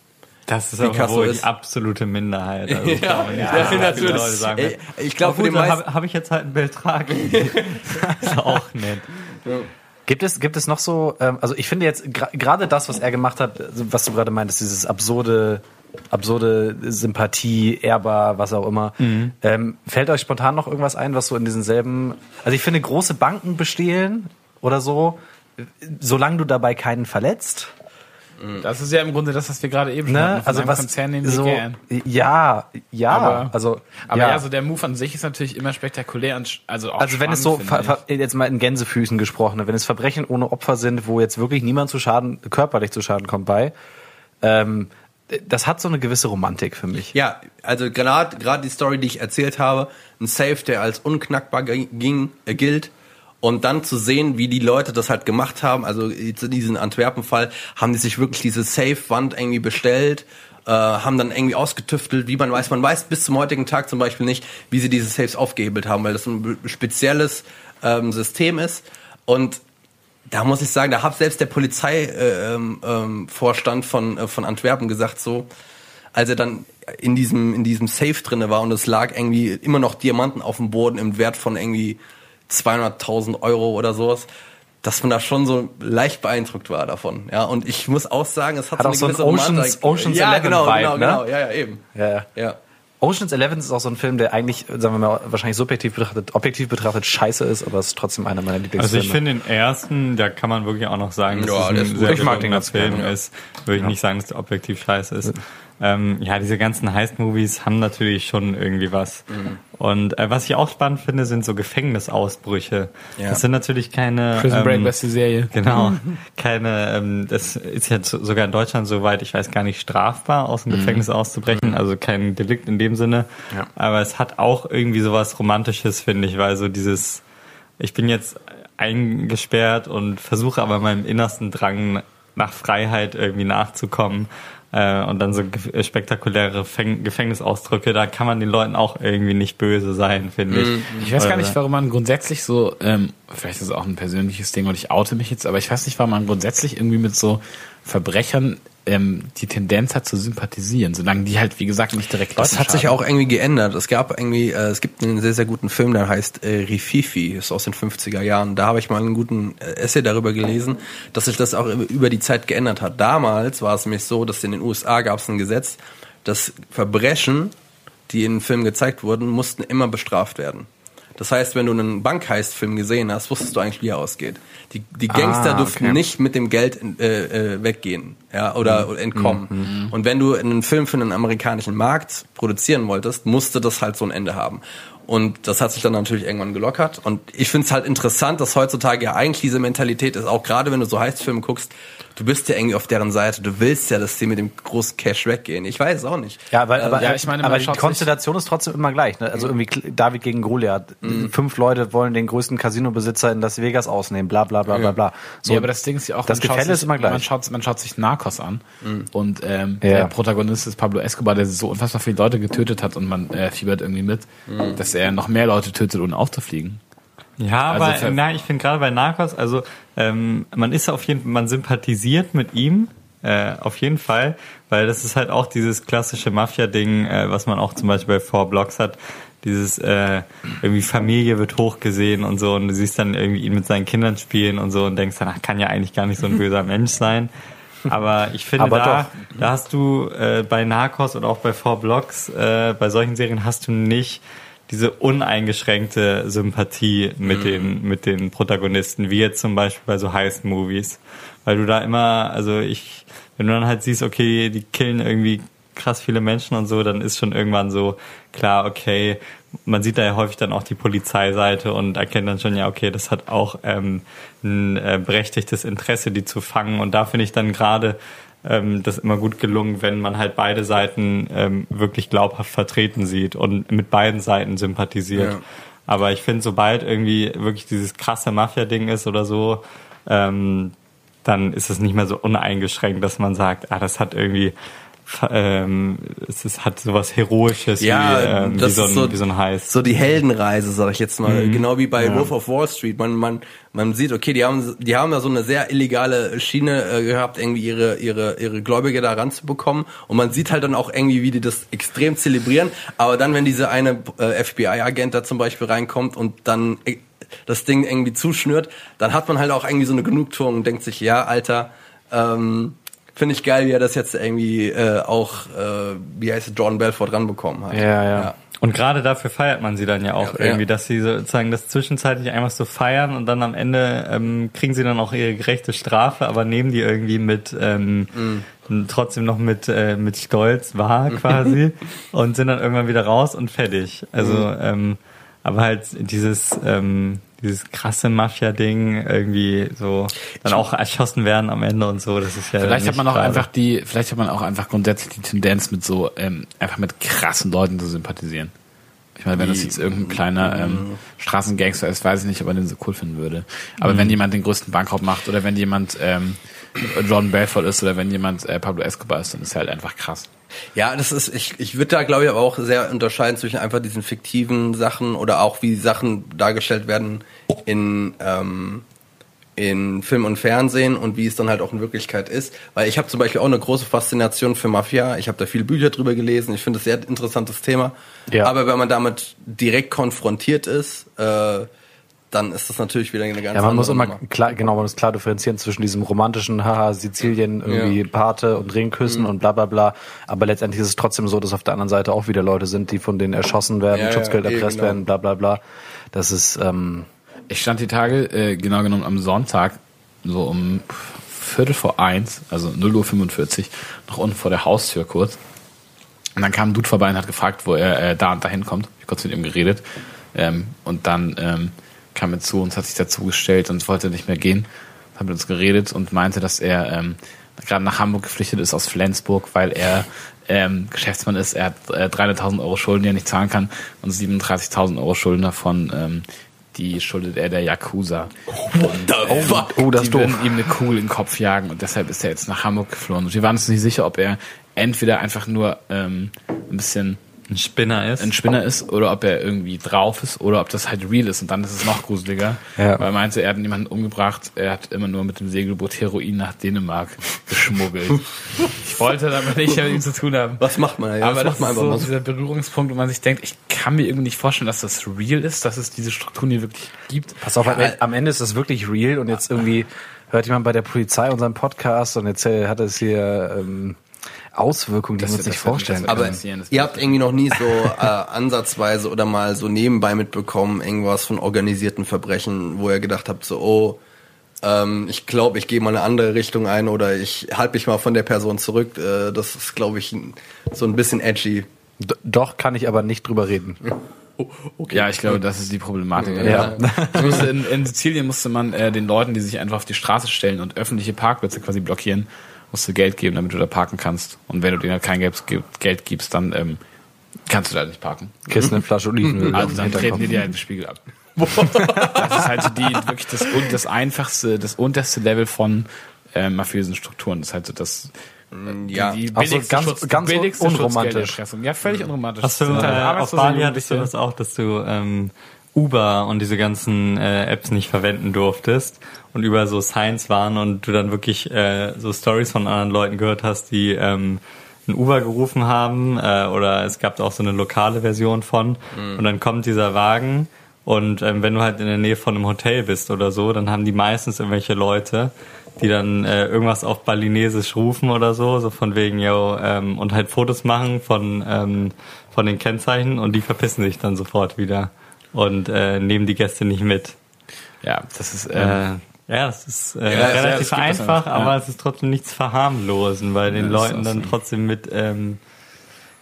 S5: Das ist aber
S3: Picasso
S5: wohl
S3: ist-
S5: die absolute Minderheit. Also ich
S3: Ja,
S5: glaube nicht,
S3: ja,
S5: dass viele
S3: natürlich.
S5: Leute sagen,
S3: Ey, ich glaube,
S5: "Oh,
S3: für
S5: gut,
S3: den
S5: dann
S3: meisten-
S5: habe hab ich jetzt halt einen Beltrag. ist auch nett.
S2: Gibt es, gibt es noch so, ähm, also ich finde jetzt gra- gerade das, was er gemacht hat, also was du gerade meintest, dieses absurde absurde Sympathie, ehrbar, was auch immer.
S4: Mhm.
S2: Ähm, fällt euch spontan noch irgendwas ein, was so in diesen selben, also ich finde große Banken bestehlen oder so, äh, solange du dabei keinen verletzt.
S4: Das ist ja im Grunde das, was wir gerade eben schon hatten,
S2: Ne?
S4: von
S2: Also
S4: einem
S2: was
S4: Konzern nehmen
S2: so,
S4: wir gern.
S2: ja, ja,
S4: Aber-
S2: also
S4: Aber ja. so der Move an sich ist natürlich immer spektakulär und sch- also auch
S2: also wenn es so,
S4: spannend,
S2: ver,
S4: finde
S2: ver,
S4: ich.
S2: jetzt mal in Gänsefüßen gesprochen, ne, wenn es Verbrechen ohne Opfer sind, wo jetzt wirklich niemand zu Schaden, körperlich zu Schaden kommt bei, ähm, das hat so eine gewisse Romantik für mich.
S3: Ja, also gerade gerade die Story, die ich erzählt habe, ein Safe, der als unknackbar g- ging, äh, gilt. Und dann zu sehen, wie die Leute das halt gemacht haben, also jetzt in diesem Antwerpen-Fall, haben die sich wirklich diese Safe-Wand irgendwie bestellt, äh, haben dann irgendwie ausgetüftelt, wie man weiß. Man weiß bis zum heutigen Tag zum Beispiel nicht, wie sie diese Saves aufgehebelt haben, weil das ein be- spezielles ähm, System ist. Und da muss ich sagen, da hat selbst der Polizeivorstand äh, ähm, ähm, Vorstand von, äh, von Antwerpen gesagt, so, als er dann in diesem, in diesem Safe drinne war und es lag irgendwie immer noch Diamanten auf dem Boden im Wert von irgendwie 200.000 Euro oder sowas, dass man da schon so leicht beeindruckt war davon. Ja, und ich muss auch sagen, es hat,
S2: Hat auch so einen Oceans-
S3: Romantik.
S2: Oceans
S3: ja,
S2: Eleven
S3: genau,
S2: Vibe,
S3: genau,
S2: ne?
S3: genau, ja, ja, eben.
S2: Ja.
S3: Ja.
S2: Ocean's Eleven ist auch so ein Film, der eigentlich, sagen wir mal, wahrscheinlich subjektiv betrachtet, objektiv betrachtet scheiße ist, aber es ist trotzdem einer meiner
S5: Also
S2: Lieblingsfilme.
S5: ich finde den ersten, da kann man wirklich auch noch sagen, dass
S3: Ja,
S5: es ein
S3: der ist gut.
S5: sehr
S2: Ich mag den
S5: gelungener
S2: ganz
S5: Film
S2: gerne, ja.
S5: ist. Würde ich nicht sagen, dass der objektiv scheiße ist. Ähm, ja, diese ganzen Heist-Movies haben natürlich schon irgendwie was.
S2: Mhm.
S5: Und äh, was ich auch spannend finde, sind so Gefängnisausbrüche.
S3: Ja.
S5: Das sind natürlich keine...
S4: Prison Break,
S5: ähm,
S4: beste Serie.
S5: Genau. Keine, ähm, das ist jetzt sogar in Deutschland, soweit ich weiß, gar nicht strafbar, aus dem Gefängnis auszubrechen. Also kein Delikt in dem Sinne.
S2: Ja.
S5: Aber es hat auch irgendwie sowas Romantisches, finde ich, weil so dieses, ich bin jetzt eingesperrt und versuche aber meinem innersten Drang nach Freiheit irgendwie nachzukommen. Äh, und dann so ge- spektakuläre Fäng Gefängnisausdrücke, da kann man den Leuten auch irgendwie nicht böse sein, finde ich.
S4: Ich weiß gar
S5: Oder-
S4: nicht, warum man grundsätzlich so, ähm, vielleicht ist es auch ein persönliches Ding und ich oute mich jetzt, aber ich weiß nicht, warum man grundsätzlich irgendwie mit so Verbrechern ähm, die Tendenz hat zu sympathisieren, solange die halt, wie gesagt, nicht direkt
S3: Das
S4: Leuten
S3: hat sich
S4: schaden.
S3: auch irgendwie geändert. Es gab irgendwie, äh, es gibt einen sehr, sehr guten Film, der heißt äh, Rififi, ist aus den 50er Jahren. Da habe ich mal einen guten äh, Essay darüber gelesen, dass sich das auch über die Zeit geändert hat. Damals war es nämlich so, dass in den USA gab es ein Gesetz, dass Verbrechen, die in Filmen gezeigt wurden, mussten immer bestraft werden. Das heißt, wenn du einen Bankheist-Film gesehen hast, wusstest du eigentlich, wie er ausgeht. Die, die Gangster
S2: Ah,
S3: durften
S2: okay.
S3: nicht nicht mit dem Geld äh, äh, weggehen ja,
S2: Mhm.
S3: oder entkommen. Und wenn du einen Film für den amerikanischen Markt produzieren wolltest, musste das halt so ein Ende haben. Und das hat sich dann natürlich irgendwann gelockert. Und ich finde es halt interessant, dass heutzutage ja eigentlich diese Mentalität ist, auch gerade wenn du so Heistfilme guckst, du bist ja irgendwie auf deren Seite, du willst ja, dass die mit dem großen Cash weggehen. Ich weiß es auch nicht. Äh,
S2: Ja, aber, aber,
S4: Also ja, ich meine,
S2: aber
S4: man
S2: die
S4: schaut sich- Mhm.
S2: Konstellation ist trotzdem immer gleich. Ne? Also irgendwie Kl- David gegen Goliath. Fünf Leute wollen den größten Casinobesitzer in Las Vegas ausnehmen, bla bla bla bla bla. So,
S4: ja, aber das Ding ist ja auch,
S2: das
S4: man schaut
S2: Gefälle
S4: sich,
S2: ist immer gleich.
S4: Man schaut, man schaut sich Narcos an und ähm,
S2: Ja.
S4: der Protagonist ist Pablo Escobar, der so unfassbar viele Leute getötet hat und man äh, fiebert irgendwie mit, dass er noch mehr Leute tötet, ohne aufzufliegen.
S5: Ja,
S4: Also
S5: aber
S4: ver-
S5: nein, ich finde gerade bei Narcos, also ähm, man ist auf jeden Fall, man sympathisiert mit ihm, äh, auf jeden Fall, weil das ist halt auch dieses klassische Mafia-Ding, äh, was man auch zum Beispiel bei Four Blocks hat, dieses äh, irgendwie Familie wird hochgesehen und so und du siehst dann irgendwie ihn mit seinen Kindern spielen und so und denkst dann, ach, kann ja eigentlich gar nicht so ein böser Mensch sein. Aber ich finde,
S2: Aber
S5: da,
S2: doch.
S5: da hast du äh, bei Narcos und auch bei Four Blocks, äh, bei solchen Serien hast du nicht diese uneingeschränkte Sympathie mit
S2: Mhm.
S5: den mit den Protagonisten, wie jetzt zum Beispiel bei so heißen Movies, weil du da immer, also ich, wenn du dann halt siehst, okay, die killen irgendwie krass viele Menschen und so, dann ist schon irgendwann so klar, okay, man sieht da ja häufig dann auch die Polizeiseite und erkennt dann schon, ja, okay, das hat auch ähm, ein äh, berechtigtes Interesse, die zu fangen. Und da finde ich dann gerade ähm, das immer gut gelungen, wenn man halt beide Seiten ähm, wirklich glaubhaft vertreten sieht und mit beiden Seiten sympathisiert.
S3: Ja.
S5: Aber ich finde, sobald irgendwie wirklich dieses krasse Mafia-Ding ist oder so, ähm, dann ist es nicht mehr so uneingeschränkt, dass man sagt, ah, das hat irgendwie, ähm, es ist, hat sowas Heroisches wie, ähm, wie, so ein,
S3: ist
S5: wie so ein Heiß.
S3: So
S2: Mhm.
S3: die Heldenreise, sag ich jetzt mal. Genau wie bei Wolf of Wall Street. Man, man, man sieht, okay, die haben, die haben da so eine sehr illegale Schiene äh, gehabt, irgendwie ihre, ihre, ihre Gläubige da ranzubekommen. Und man sieht halt dann auch irgendwie, wie die das extrem zelebrieren. Aber dann, wenn diese eine äh, FBI-Agent da zum Beispiel reinkommt und dann äh, das Ding irgendwie zuschnürt, dann hat man halt auch irgendwie so eine Genugtuung und denkt sich, ja, Alter, ähm, Finde ich geil, wie er das jetzt irgendwie äh, auch, äh, wie heißt es, Jordan Belfort ranbekommen hat.
S2: Ja, ja.
S5: Und gerade dafür feiert man sie dann ja auch
S3: Ja,
S5: irgendwie,
S3: ja.
S5: dass sie sozusagen das zwischenzeitlich einfach so feiern und dann am Ende ähm, kriegen sie dann auch ihre gerechte Strafe, aber nehmen die irgendwie mit ähm,
S4: Mm.
S5: trotzdem noch mit äh, mit Stolz wahr quasi und sind dann irgendwann wieder raus und fertig. Also
S4: Mm.
S5: ähm, aber halt dieses ähm, dieses krasse Mafia-Ding irgendwie so dann auch erschossen werden am Ende und so. Das ist ja
S4: Vielleicht hat
S5: Äh, nicht
S4: man auch
S5: gerade.
S4: einfach die, vielleicht hat man auch einfach grundsätzlich die Tendenz mit so, ähm, einfach mit krassen Leuten zu sympathisieren. Ich meine, wenn das jetzt irgendein
S5: Mhm.
S4: kleiner ähm, Straßengangster ist, weiß ich nicht, ob man den so cool finden würde. Aber
S5: Mhm.
S4: wenn jemand den größten Bankraub macht oder wenn jemand ähm, John Belfort ist oder wenn jemand äh, Pablo Escobar ist, dann ist er halt einfach krass.
S3: Ja, das ist, ich, ich würde da glaube ich aber auch sehr unterscheiden zwischen einfach diesen fiktiven Sachen oder auch wie Sachen dargestellt werden in, ähm, in Film und Fernsehen und wie es dann halt auch in Wirklichkeit ist. Weil ich habe zum Beispiel auch eine große Faszination für Mafia. Ich habe da viele Bücher drüber gelesen. Ich finde es sehr interessantes Thema.
S2: Ja.
S3: Aber wenn man damit direkt konfrontiert ist, äh, dann ist das natürlich wieder eine ganz
S2: Ja, man muss immer
S3: Nummer.
S2: klar, genau, man muss klar differenzieren zwischen diesem romantischen Haha, Sizilien, irgendwie
S3: Ja.
S2: Pate und
S4: Mhm.
S2: Ringküssen und bla bla bla. Aber letztendlich ist es trotzdem so, dass auf der anderen Seite auch wieder Leute sind, die von denen erschossen werden,
S3: Ja, ja,
S2: Schutzgeld
S3: eh,
S2: erpresst
S3: genau.
S2: werden, bla bla bla. Das ist, ähm,
S4: Ich stand die Tage, äh, genau genommen am Sonntag, so um Viertel vor eins, also 0.45 Uhr, noch unten vor der Haustür kurz. Und dann kam ein Dude vorbei und hat gefragt, wo er äh, da und dahin kommt. Ich hab kurz mit ihm geredet. Ähm, und dann ähm, kam er zu uns, hat sich dazugestellt und wollte nicht mehr gehen. Hat mit uns geredet und meinte, dass er ähm, gerade nach Hamburg geflüchtet ist aus Flensburg, weil er ähm, Geschäftsmann ist. Er hat äh, 300.000 Euro Schulden, die er nicht zahlen kann und 37.000 Euro Schulden davon. Ähm, die schuldet er der Yakuza.
S3: Oh, fuck.
S2: oh, das ist
S4: die würden
S2: doof.
S4: ihm eine Kugel in den Kopf jagen und deshalb ist er jetzt nach Hamburg geflohen. Und wir waren uns nicht sicher, ob er entweder einfach nur ähm, ein bisschen
S5: ein Spinner ist.
S4: ein Spinner ist oder ob er irgendwie drauf ist oder ob das halt real ist und dann ist es noch gruseliger.
S2: Ja.
S4: Weil er meinte, er hat jemanden umgebracht, er hat immer nur mit dem Segelboot Heroin nach Dänemark geschmuggelt. ich wollte damit nicht mit ihm zu tun haben.
S3: Was macht man? Ja,
S4: Aber
S3: was macht
S4: das
S3: man
S4: ist
S3: einfach
S4: so
S3: mal so?
S4: dieser Berührungspunkt, wo man sich denkt, ich kann mir irgendwie nicht vorstellen, dass das real ist, dass es diese Strukturen hier wirklich gibt.
S2: pass auf, am Ende- am Ende ist das wirklich real und jetzt irgendwie hört jemand bei der Polizei unseren Podcast und jetzt äh, hat es hier ähm, Auswirkungen, die
S4: Das
S2: wir uns
S4: wird-
S2: nicht
S4: das wird-
S2: vorstellen
S4: das wird-
S2: können.
S3: Aber
S4: passieren, das
S3: ihr habt irgendwie noch nie so äh, ansatzweise oder mal so nebenbei mitbekommen, irgendwas von organisierten Verbrechen, wo ihr gedacht habt, so, oh, ähm, ich glaube, ich gehe mal eine andere Richtung ein oder ich halte mich mal von der Person zurück. Äh, das ist, glaube ich, n- so ein bisschen edgy.
S2: D- Doch kann ich aber nicht drüber reden.
S4: Ja, ich glaube, das ist die Problematik.
S2: Ja.
S4: Ich musste in, in Sizilien musste man äh, den Leuten, die sich einfach auf die Straße stellen und öffentliche Parkplätze quasi blockieren, musst du Geld geben, damit du da parken kannst. Und wenn du denen halt kein Geld, gib- Geld gibst, dann ähm, kannst du da nicht parken.
S2: Kiss eine Flasche Olivenöl. auf
S4: Also
S2: den
S4: dann treten
S2: Hinterkopf.
S4: die dir halt den Spiegel ab. das ist halt so die, wirklich das, un- das einfachste, das unterste Level von äh, mafiösen Strukturen. Das ist halt so das
S3: Ja.
S4: die
S2: Auch so
S4: billigste
S2: Also ganz-
S4: Schutz,
S2: ganz
S4: billigste
S2: unromantisch. Mhm.
S4: Schutzgelderpressung. Ja, völlig unromantisch.
S5: Hast du,
S4: Das sind
S5: äh,
S4: halt
S5: auf
S4: Arbeitslose,
S5: Bali hattest du
S4: Jugendliche.
S5: das auch, dass du ähm, Uber und diese ganzen äh, Apps nicht verwenden durftest und über so Signs waren und du dann wirklich äh, so Stories von anderen Leuten gehört hast, die ähm, ein Uber gerufen haben äh, oder es gab auch so eine lokale Version von und dann kommt dieser Wagen und ähm, wenn du halt in der Nähe von einem Hotel bist oder so, dann haben die meistens irgendwelche Leute, die dann äh, irgendwas auf Balinesisch rufen oder so, so von wegen, yo, ähm, und halt Fotos machen von, ähm, von den Kennzeichen und die verpissen sich dann sofort wieder und äh, nehmen die Gäste nicht mit.
S4: Ja, das ist
S5: Äh,
S4: ähm,
S5: ja, es ist äh,
S4: ja, es
S5: relativ
S4: gibt das
S5: einfach,
S4: einfach, ja.
S5: aber es ist trotzdem nichts verharmlosen, weil den
S4: Ja, das ist
S5: Leuten
S4: auch
S5: dann
S4: so.
S5: trotzdem mit ähm,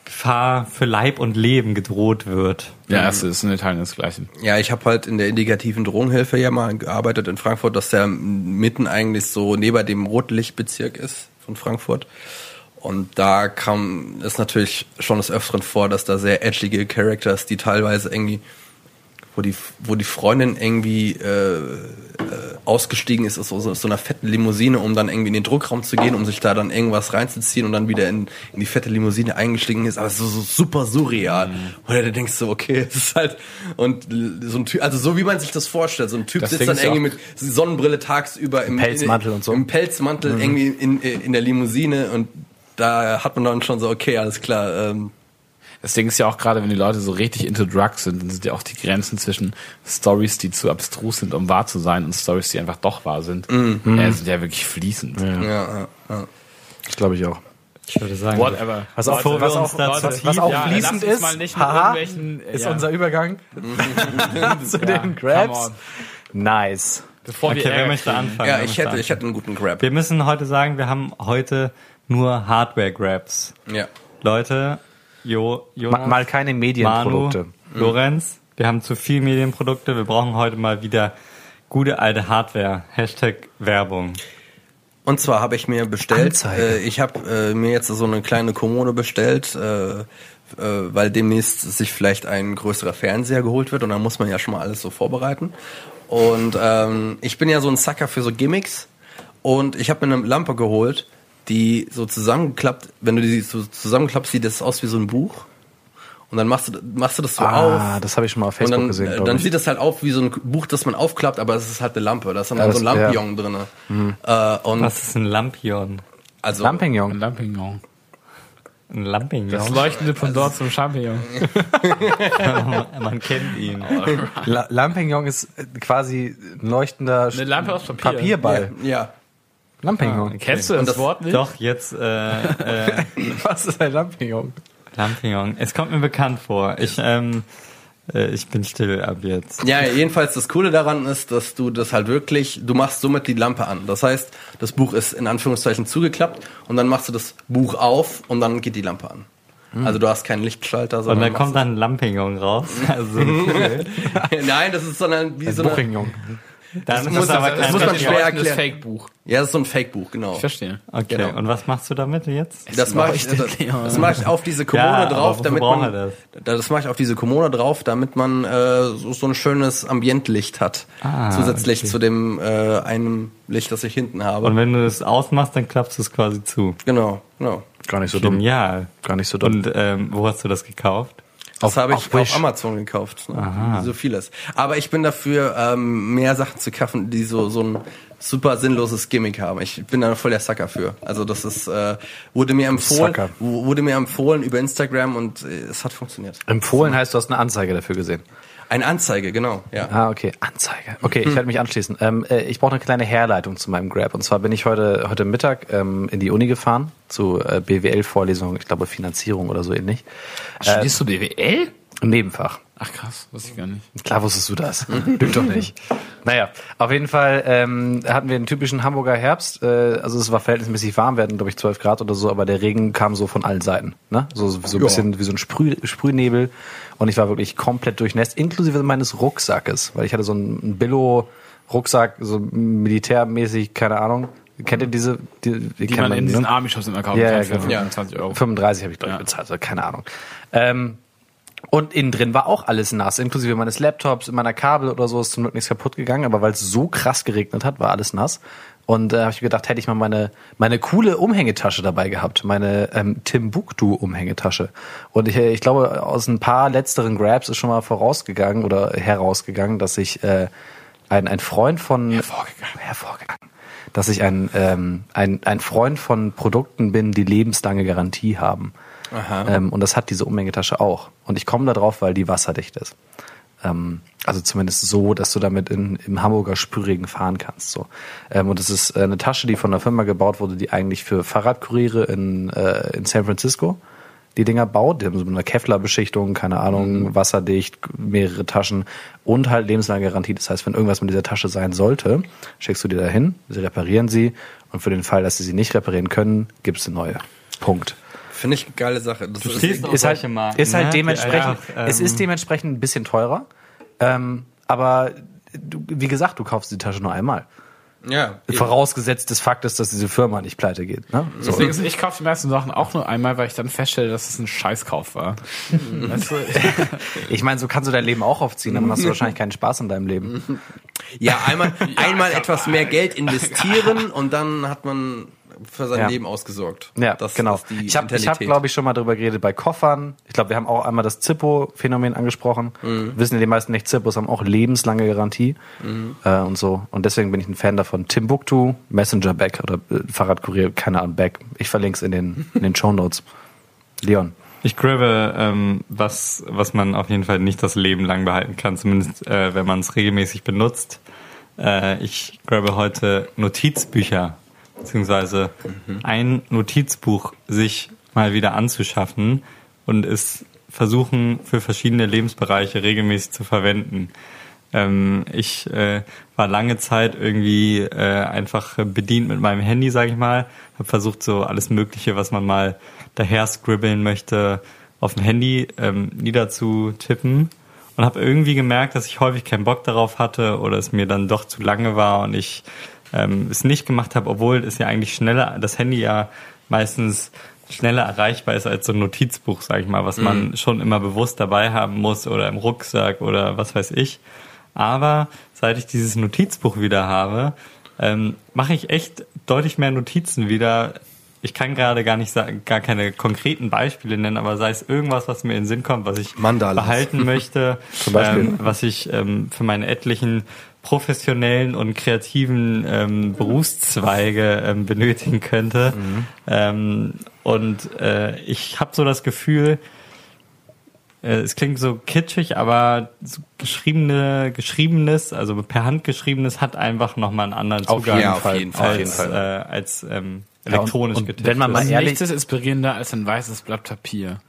S5: Gefahr für Leib und Leben gedroht wird.
S4: Ja, es ist in Italien das Gleiche.
S3: Ja, ich habe halt in der indikativen Drogenhilfe ja mal gearbeitet in Frankfurt, dass der mitten eigentlich so neben dem Rotlichtbezirk ist von Frankfurt. Und da kam es natürlich schon des Öfteren vor, dass da sehr edgige Characters, die teilweise irgendwie, wo die, wo die Freundin irgendwie äh, äh, ausgestiegen ist aus so, aus so einer fetten Limousine, um dann irgendwie in den Druckraum zu gehen, um sich da dann irgendwas reinzuziehen und dann wieder in, in die fette Limousine eingestiegen ist. Aber so, so super surreal. Oder du denkst so, okay, es ist halt und l- so ein Typ, also so wie man sich das vorstellt, so ein Typ
S4: Das
S3: sitzt
S4: Ding
S3: dann
S4: ist ja
S3: irgendwie mit Sonnenbrille tagsüber im
S2: Pelzmantel und so.
S3: im Pelzmantel irgendwie in, in der Limousine und da hat man dann schon so, okay, alles klar. Ähm,
S4: Das Ding ist ja auch gerade, wenn die Leute so richtig into Drugs sind, dann sind ja auch die Grenzen zwischen Stories, die zu abstrus sind, um Mhm. also wahr zu sein, und Stories, die einfach doch wahr sind, äh, sind ja wirklich fließend.
S3: ja, ja, ja.
S2: Das glaube ich auch.
S5: Ich würde sagen,
S4: Whatever.
S2: Was auch,
S5: Leute,
S2: was auch,
S5: uns da
S2: was,
S5: zu
S2: was
S5: tief-
S2: auch
S5: Ja,
S2: fließend
S4: lasst uns
S2: ist,
S4: mal nicht mit
S2: haha,
S4: irgendwelchen, äh,
S2: ist
S4: ja.
S2: unser Übergang zu
S4: Ja,
S2: den
S4: come
S2: Grabs.
S4: on.
S2: Nice.
S4: Bevor
S5: Okay,
S4: wir
S5: wer
S4: Ärger
S5: möchte
S4: kriegen.
S5: anfangen?
S3: Ja,
S5: Wer
S3: ich
S5: möchte
S3: hätte, ich hätte einen guten Grab.
S5: Wir müssen heute sagen, wir haben heute nur Hardware-Grabs.
S3: Ja.
S5: Leute, Jo, Jonas,
S2: Ma- Mal keine Medienprodukte. Mhm.
S5: Manu, Lorenz, wir haben zu viel Medienprodukte. Wir brauchen heute mal wieder gute alte Hardware. Hashtag Werbung.
S3: Und zwar habe ich mir bestellt,
S2: Anzeige.
S3: äh, ich habe äh, mir jetzt so eine kleine Kommode bestellt, äh, äh, weil demnächst sich vielleicht ein größerer Fernseher geholt wird und dann muss man ja schon mal alles so vorbereiten. Und ähm, ich bin ja so ein Sucker für so Gimmicks und ich habe mir eine Lampe geholt, die so zusammengeklappt, wenn du die so zusammenklappst, sieht das aus wie so ein Buch. Und dann machst du, machst du das so
S2: Ah,
S3: auf.
S2: das habe ich schon mal auf
S3: Und
S2: Facebook
S3: dann,
S2: gesehen,
S3: äh,
S2: glaub
S3: dann
S2: ich.
S3: sieht das halt auf wie so ein Buch, das man aufklappt, aber es ist halt eine Lampe. Da ist dann
S2: Ja,
S3: halt so ein
S2: das- ja. Mhm.
S3: Lampion drinne. Äh, und
S5: Was ist ein Lampion?
S3: also,
S4: Ein
S2: Lampignon.
S4: Lampignon.
S5: Ein Lampion.
S4: Das leuchtende Pendant zum Champignon.
S5: Man kennt ihn.
S2: La Lampignon ist äh, quasi ein leuchtender
S4: Eine Lampe aus Papier. Ah,
S2: Papierball.
S3: Ja.
S2: Lampignon.
S4: Kennst du das,
S3: das-
S4: Wort nicht?
S5: Doch, jetzt äh, äh,
S2: Was ist ein Lampignon?
S5: Lampignon. Es kommt mir bekannt vor. Ich, ähm, äh, ich bin still ab jetzt.
S3: Ja, jedenfalls das Coole daran ist, dass du das halt wirklich, du machst somit die Lampe an. Das heißt, das Buch ist in Anführungszeichen zugeklappt und dann machst du das Buch auf und dann geht die Lampe an. Also du hast keinen Lichtschalter,
S5: Hm. Und
S3: sondern
S5: dann kommt dann ein Lampignon raus. Also, dann
S3: machst- Nein, das ist sondern wie so eine,
S2: Buchignon.
S5: das ist
S3: muss-
S5: aber
S3: das
S5: kein
S3: muss man
S5: Lampignon.
S3: schwer
S4: Leuchtendes
S3: erklären.
S4: Fake-Buch.
S3: Ja, das ist so ein Fake Buch, genau.
S4: Ich verstehe.
S5: Okay,
S3: Genau.
S5: und was machst du damit jetzt?
S3: Das mache ich, das, das mach ich auf diese Kommode
S5: Ja, aber
S3: drauf,
S5: wofür
S3: damit
S5: braucht
S3: man
S5: er
S3: das, das mache ich auf diese Kommode drauf, damit man äh, so, so ein schönes Ambientlicht hat.
S5: Ah,
S3: zusätzlich
S5: okay.
S3: zu dem äh, einem Licht, das ich hinten habe.
S5: Und wenn du es ausmachst, dann klappst du es quasi zu.
S3: genau, genau.
S2: Gar nicht so dumm.
S5: Genial.
S2: Gar nicht so dumm.
S5: Und ähm, wo hast du das gekauft?
S3: Das habe ich
S2: auf Wish.
S3: auf Amazon gekauft. Ne? Wie so vieles. Aber ich bin dafür, ähm, mehr Sachen zu kaufen, die so, so ein super sinnloses Gimmick haben. Ich bin da voll der Sucker für. Also das ist, äh, wurde mir empfohlen,
S2: Sucker.
S3: wu- wurde mir empfohlen über Instagram und äh, es hat funktioniert.
S2: Empfohlen heißt, du hast eine Anzeige dafür gesehen.
S3: Eine Anzeige, genau. Ja.
S2: Ah, okay. Anzeige. Okay, ich werde mich anschließen. Ähm, äh, ich brauche eine kleine Herleitung zu meinem Grab. Und zwar bin ich heute, heute Mittag ähm, in die Uni gefahren zu äh, BWL-Vorlesung, ich glaube Finanzierung oder so ähnlich.
S4: Studierst du BWL?
S2: Im Nebenfach.
S4: Ach krass, wusste ich gar nicht.
S2: Klar wusstest du das. Lüg doch nicht. Naja, auf jeden Fall ähm, hatten wir den typischen Hamburger Herbst. Äh, also es war verhältnismäßig warm, wir hatten glaube ich 12 Grad oder so, aber der Regen kam so von allen Seiten. Ne? So, so so ein
S3: Ja.
S2: bisschen wie so ein Sprüh, Sprühnebel. Und ich war wirklich komplett durchnässt, inklusive meines Rucksackes, weil ich hatte so einen Billo-Rucksack, so militärmäßig, keine Ahnung. Kennt ihr diese? Die, die
S4: Die
S2: kennt
S4: man in diesen
S2: ne?
S4: Army-Shops immer kaufen
S2: Ja, ja,
S4: kann für
S2: genau.
S4: 25 Euro.
S2: 35 habe ich, glaube ich,
S4: Ja.
S2: bezahlt, also keine Ahnung. Ähm, und innen drin war auch alles nass, inklusive meines Laptops, meiner Kabel oder so, ist zum Glück nichts kaputt gegangen, aber weil es so krass geregnet hat, war alles nass. Und äh, habe ich gedacht, hätte ich mal meine, meine coole Umhängetasche dabei gehabt, meine ähm, Timbuktu-Umhängetasche. Und ich, äh, ich glaube, aus ein paar letzteren Grabs ist schon mal vorausgegangen oder herausgegangen, dass ich äh, ein, ein Freund von... Hervorgegangen. Hervorgegangen dass ich ein, ähm, ein, ein Freund von Produkten bin, die lebenslange Garantie haben. Ähm, und das hat diese Umhängetasche auch. Und ich komme da drauf, weil die wasserdicht ist. Ähm, also zumindest so, dass du damit in, im Hamburger Sprühregen fahren kannst. So. Ähm, und das ist äh, eine Tasche, die von einer Firma gebaut wurde, die eigentlich für Fahrradkuriere in, äh, in San Francisco die Dinger baut. Die haben so mit einer Kevlar-Beschichtung, keine Ahnung, wasserdicht, mehrere Taschen und halt lebenslange Garantie. Das heißt, wenn irgendwas mit dieser Tasche sein sollte, schickst du die dahin, sie reparieren sie und für den Fall, dass sie sie nicht reparieren können, gibst du neue. Punkt
S3: Finde ich eine geile Sache. Das ist,
S5: stehst auf
S2: ist halt,
S5: solche Marken,
S2: ist halt
S5: ne? Die
S2: dementsprechend,
S5: einfach, ähm,
S2: es ist dementsprechend ein bisschen teurer. Ähm, aber du, wie gesagt, du kaufst die Tasche nur einmal.
S3: ja, eben.
S2: Vorausgesetzt des Faktes, dass diese Firma nicht pleite geht. Ne? So.
S4: Deswegen ist, ich kaufe die meisten Sachen auch nur einmal, weil ich dann feststelle, dass es ein Scheißkauf war. weißt du,
S2: Ich meine, so kannst du dein Leben auch aufziehen, dann hast du wahrscheinlich keinen Spaß in deinem Leben.
S3: ja einmal, einmal etwas mehr Geld investieren und dann hat man für sein
S2: Ja.
S3: Leben ausgesorgt.
S2: Ja,
S3: das
S2: genau.
S3: ist die
S2: ich habe, hab,
S3: Mentalität.
S2: glaube ich, schon mal drüber geredet bei Koffern. Ich glaube, wir haben auch einmal das Zippo-Phänomen angesprochen.
S3: Mhm.
S2: Wissen ja die meisten nicht, Zippos haben auch lebenslange Garantie
S3: Mhm.
S2: äh, und so. Und deswegen bin ich ein Fan davon. Timbuktu, Messenger Bag oder äh, Fahrradkurier, keine Ahnung, Bag. Ich verlinke es in den, in den Show Notes. Leon.
S5: Ich grabbe, ähm, was, was man auf jeden Fall nicht das Leben lang behalten kann, zumindest äh, wenn man es regelmäßig benutzt. Äh, ich grabbe heute Notizbücher. beziehungsweise
S3: Mhm.
S5: ein Notizbuch sich mal wieder anzuschaffen und es versuchen für verschiedene Lebensbereiche regelmäßig zu verwenden. Ähm, ich äh, war lange Zeit irgendwie äh, einfach bedient mit meinem Handy, sage ich mal. Habe versucht, so alles Mögliche, was man mal daher scribbeln möchte, auf dem Handy ähm, niederzutippen. Und habe irgendwie gemerkt, dass ich häufig keinen Bock darauf hatte oder es mir dann doch zu lange war und ich ähm, es nicht gemacht habe, obwohl es ja eigentlich schneller, das Handy ja meistens schneller erreichbar ist als so ein Notizbuch, sag ich mal, was man schon immer bewusst dabei haben muss oder im Rucksack oder was weiß ich. Aber seit ich dieses Notizbuch wieder habe, ähm, mache ich echt deutlich mehr Notizen wieder. Ich kann gerade gar nicht sagen, gar keine konkreten Beispiele nennen, aber sei es irgendwas, was mir in den Sinn kommt, was ich
S3: Mandalas.
S5: behalten möchte,
S2: Beispiel.
S5: Ähm, was ich ähm, für meine etlichen professionellen und kreativen ähm, Berufszweige ähm, benötigen könnte. Ähm, und äh, ich habe so das Gefühl, äh, es klingt so kitschig, aber so geschriebene, geschriebenes, also per Hand geschriebenes, hat einfach nochmal einen anderen
S3: Auf
S5: Zugang
S3: jeden Fall,
S5: als,
S3: auf jeden Fall.
S5: Äh, als ähm, elektronisch
S2: und
S5: getipptes.
S2: wenn man mal-
S4: Also
S2: Ehrlich?
S4: Nichts ist inspirierender als ein weißes Blatt Papier.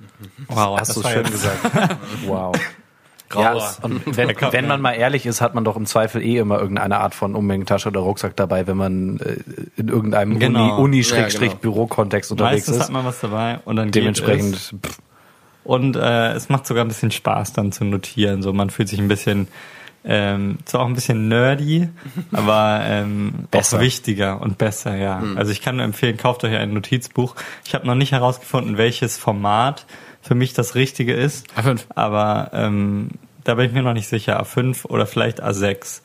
S5: wow,
S2: Hast
S5: das
S2: du
S5: war
S2: schön
S5: jetzt-
S2: gesagt. Wow. Ja, es- und wenn,
S5: kommt
S2: wenn
S5: man-
S2: man mal ehrlich ist, hat man doch im Zweifel eh immer irgendeine Art von Umhängetasche oder Rucksack dabei, wenn man äh, in irgendeinem
S5: Genau.
S2: Uni-Bürokontext unterwegs
S5: Meistens
S2: ist.
S5: hat man was dabei und dann geht
S2: Dementsprechend
S5: es.
S2: pff,
S5: Und äh, es macht sogar ein bisschen Spaß, dann zu notieren. So, man fühlt sich ein bisschen, ähm, zwar auch ein bisschen nerdy, aber ähm,
S2: Besser. Hm.
S5: auch wichtiger und besser, ja. Also ich kann nur empfehlen, kauft euch ein Notizbuch. Ich habe noch nicht herausgefunden, welches Format für mich das Richtige ist.
S4: A5.
S5: Aber ähm, da bin ich mir noch nicht sicher. A5 oder vielleicht A6.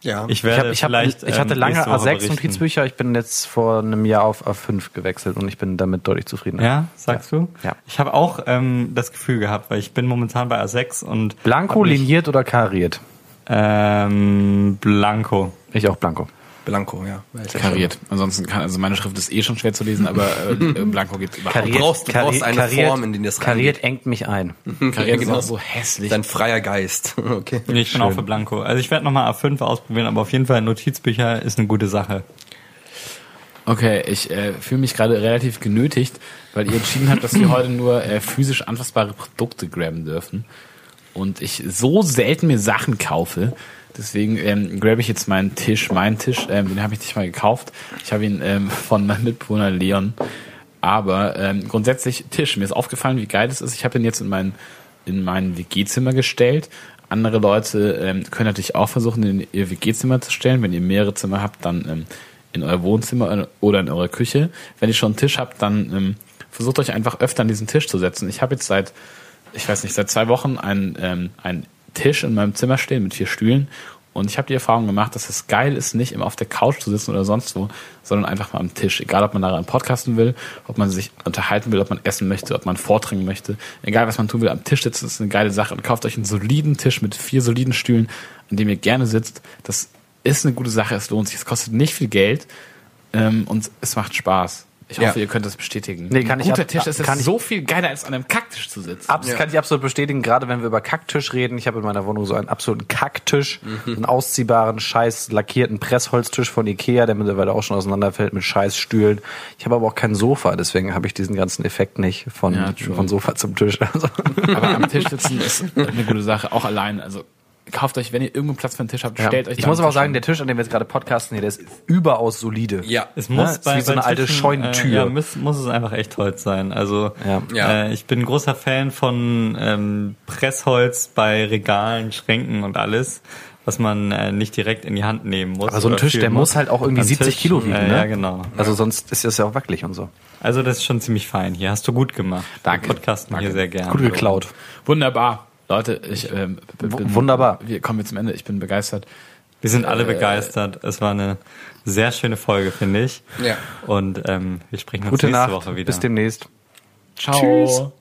S3: Ja.
S5: Ich
S2: ich, hab,
S5: werde
S2: ich, hab,
S5: vielleicht.
S2: ich hatte
S5: ähm,
S2: lange
S5: nächste Woche
S2: A6
S5: berichten.
S2: Notizbücher, ich bin jetzt vor einem Jahr auf A5 gewechselt und ich bin damit deutlich zufrieden.
S5: Ja, sagst du?
S2: Ja.
S5: Ich habe auch ähm, das Gefühl gehabt, weil ich bin momentan bei A6 und
S2: Blanco,
S5: hab mich-
S2: liniert oder kariert?
S5: Ähm, Blanco.
S2: Ich auch Blanco.
S3: Blanco, ja. Welche?
S4: Kariert. Ansonsten kann, also meine Schrift ist eh schon schwer zu lesen, aber äh, äh, Blanco geht überhaupt
S2: Kariert,
S3: brauchst- du brauchst eine Form, in die das
S2: Kariert engt mich ein.
S4: nicht. Kariert ist
S3: Genau.
S4: auch so hässlich.
S3: Dein freier Geist. Okay.
S5: Nee, ich bin auch für Blanco. Also ich werde nochmal A5 ausprobieren, aber auf jeden Fall Notizbücher ist eine gute Sache.
S4: Okay, ich äh, fühle mich gerade relativ genötigt, weil ihr entschieden habt, dass wir heute nur äh, physisch anfassbare Produkte grabben dürfen. Und ich so selten mir Sachen kaufe. Deswegen ähm, grabe ich jetzt meinen Tisch. Meinen Tisch, ähm, den habe ich nicht mal gekauft. Ich habe ihn ähm, von meinem Mitbewohner Leon. Aber ähm, grundsätzlich Tisch. Mir ist aufgefallen, wie geil das ist. Ich habe den jetzt in mein, in mein WG-Zimmer gestellt. Andere Leute ähm, können natürlich auch versuchen, den in ihr WG-Zimmer zu stellen. Wenn ihr mehrere Zimmer habt, dann ähm, in euer Wohnzimmer oder in eurer Küche. Wenn ihr schon einen Tisch habt, dann ähm, versucht euch einfach öfter an diesen Tisch zu setzen. Ich habe jetzt seit, ich weiß nicht, seit zwei Wochen einen, ähm, einen Tisch in meinem Zimmer stehen mit vier Stühlen. Und ich habe die Erfahrung gemacht, dass es geil ist, nicht immer auf der Couch zu sitzen oder sonst wo, sondern einfach mal am Tisch. Egal, ob man daran podcasten will, ob man sich unterhalten will, ob man essen möchte, ob man vordringen möchte. Egal, was man tun will, am Tisch sitzen ist eine geile Sache. Und kauft euch einen soliden Tisch mit vier soliden Stühlen, an dem ihr gerne sitzt. Das ist eine gute Sache, es lohnt sich. Es kostet nicht viel Geld ähm, und es macht Spaß. Ich hoffe,
S3: Ja.
S4: ihr könnt das bestätigen.
S2: Nee, kann
S4: Ein
S2: ich
S4: guter
S2: ab-
S4: Tisch ist
S2: kann
S4: es
S2: ich-
S4: so viel geiler, als an einem Kacktisch zu sitzen.
S2: Abs kann ich absolut bestätigen, gerade wenn wir über Kacktisch reden. Ich habe in meiner Wohnung so einen absoluten Kacktisch,
S4: Mhm.
S2: einen ausziehbaren, scheiß lackierten Pressholztisch von Ikea, der mittlerweile auch schon auseinanderfällt mit scheiß Stühlen. Ich habe aber auch kein Sofa, deswegen habe ich diesen ganzen Effekt nicht von,
S4: Ja, true.
S2: von Sofa zum Tisch. Also,
S4: Aber am Tisch sitzen ist eine gute Sache, auch allein. Also kauft euch, wenn ihr irgendeinen Platz für einen Tisch habt,
S2: ja.
S4: stellt euch
S2: Ich
S4: da
S2: muss
S4: einen
S2: aber auch
S4: Tisch
S2: sagen,
S4: hin.
S2: der Tisch, an dem wir jetzt gerade podcasten hier, der ist überaus solide.
S3: Ja.
S5: Es muss
S2: Ja, Ne? ist
S5: bei,
S2: wie so eine
S5: bei
S2: alte Scheunentür.
S5: Äh, ja, muss, muss es einfach echt Holz sein. Also
S2: Ja.
S3: Ja.
S5: Äh, ich bin großer Fan von ähm, Pressholz bei Regalen, Schränken und alles, was man äh, nicht direkt in die Hand nehmen muss.
S2: Aber so ein
S5: oder
S2: Tisch,
S5: fühlen
S2: der muss halt auch irgendwie
S5: Am
S2: 70
S5: Tisch,
S2: Kilo wiegen,
S5: äh,
S2: ne?
S5: Ja, genau.
S2: Also sonst ist das ja auch wackelig und so.
S5: Also das ist schon ziemlich fein. Hier hast du gut gemacht.
S4: Danke.
S5: Wir Podcasten hier sehr gerne.
S2: Gut geklaut.
S4: Wunderbar. Leute, ich ähm, b- b- bin,
S2: wunderbar.
S4: Wir kommen jetzt zum Ende. Ich bin begeistert.
S5: Wir sind alle
S2: Äh,
S5: begeistert. Es war eine sehr schöne Folge, finde ich.
S3: Ja.
S5: Und ähm, wir sprechen uns
S2: Gute
S5: nächste
S2: Nacht.
S5: Woche wieder.
S2: Bis demnächst.
S4: Ciao. Tschüss.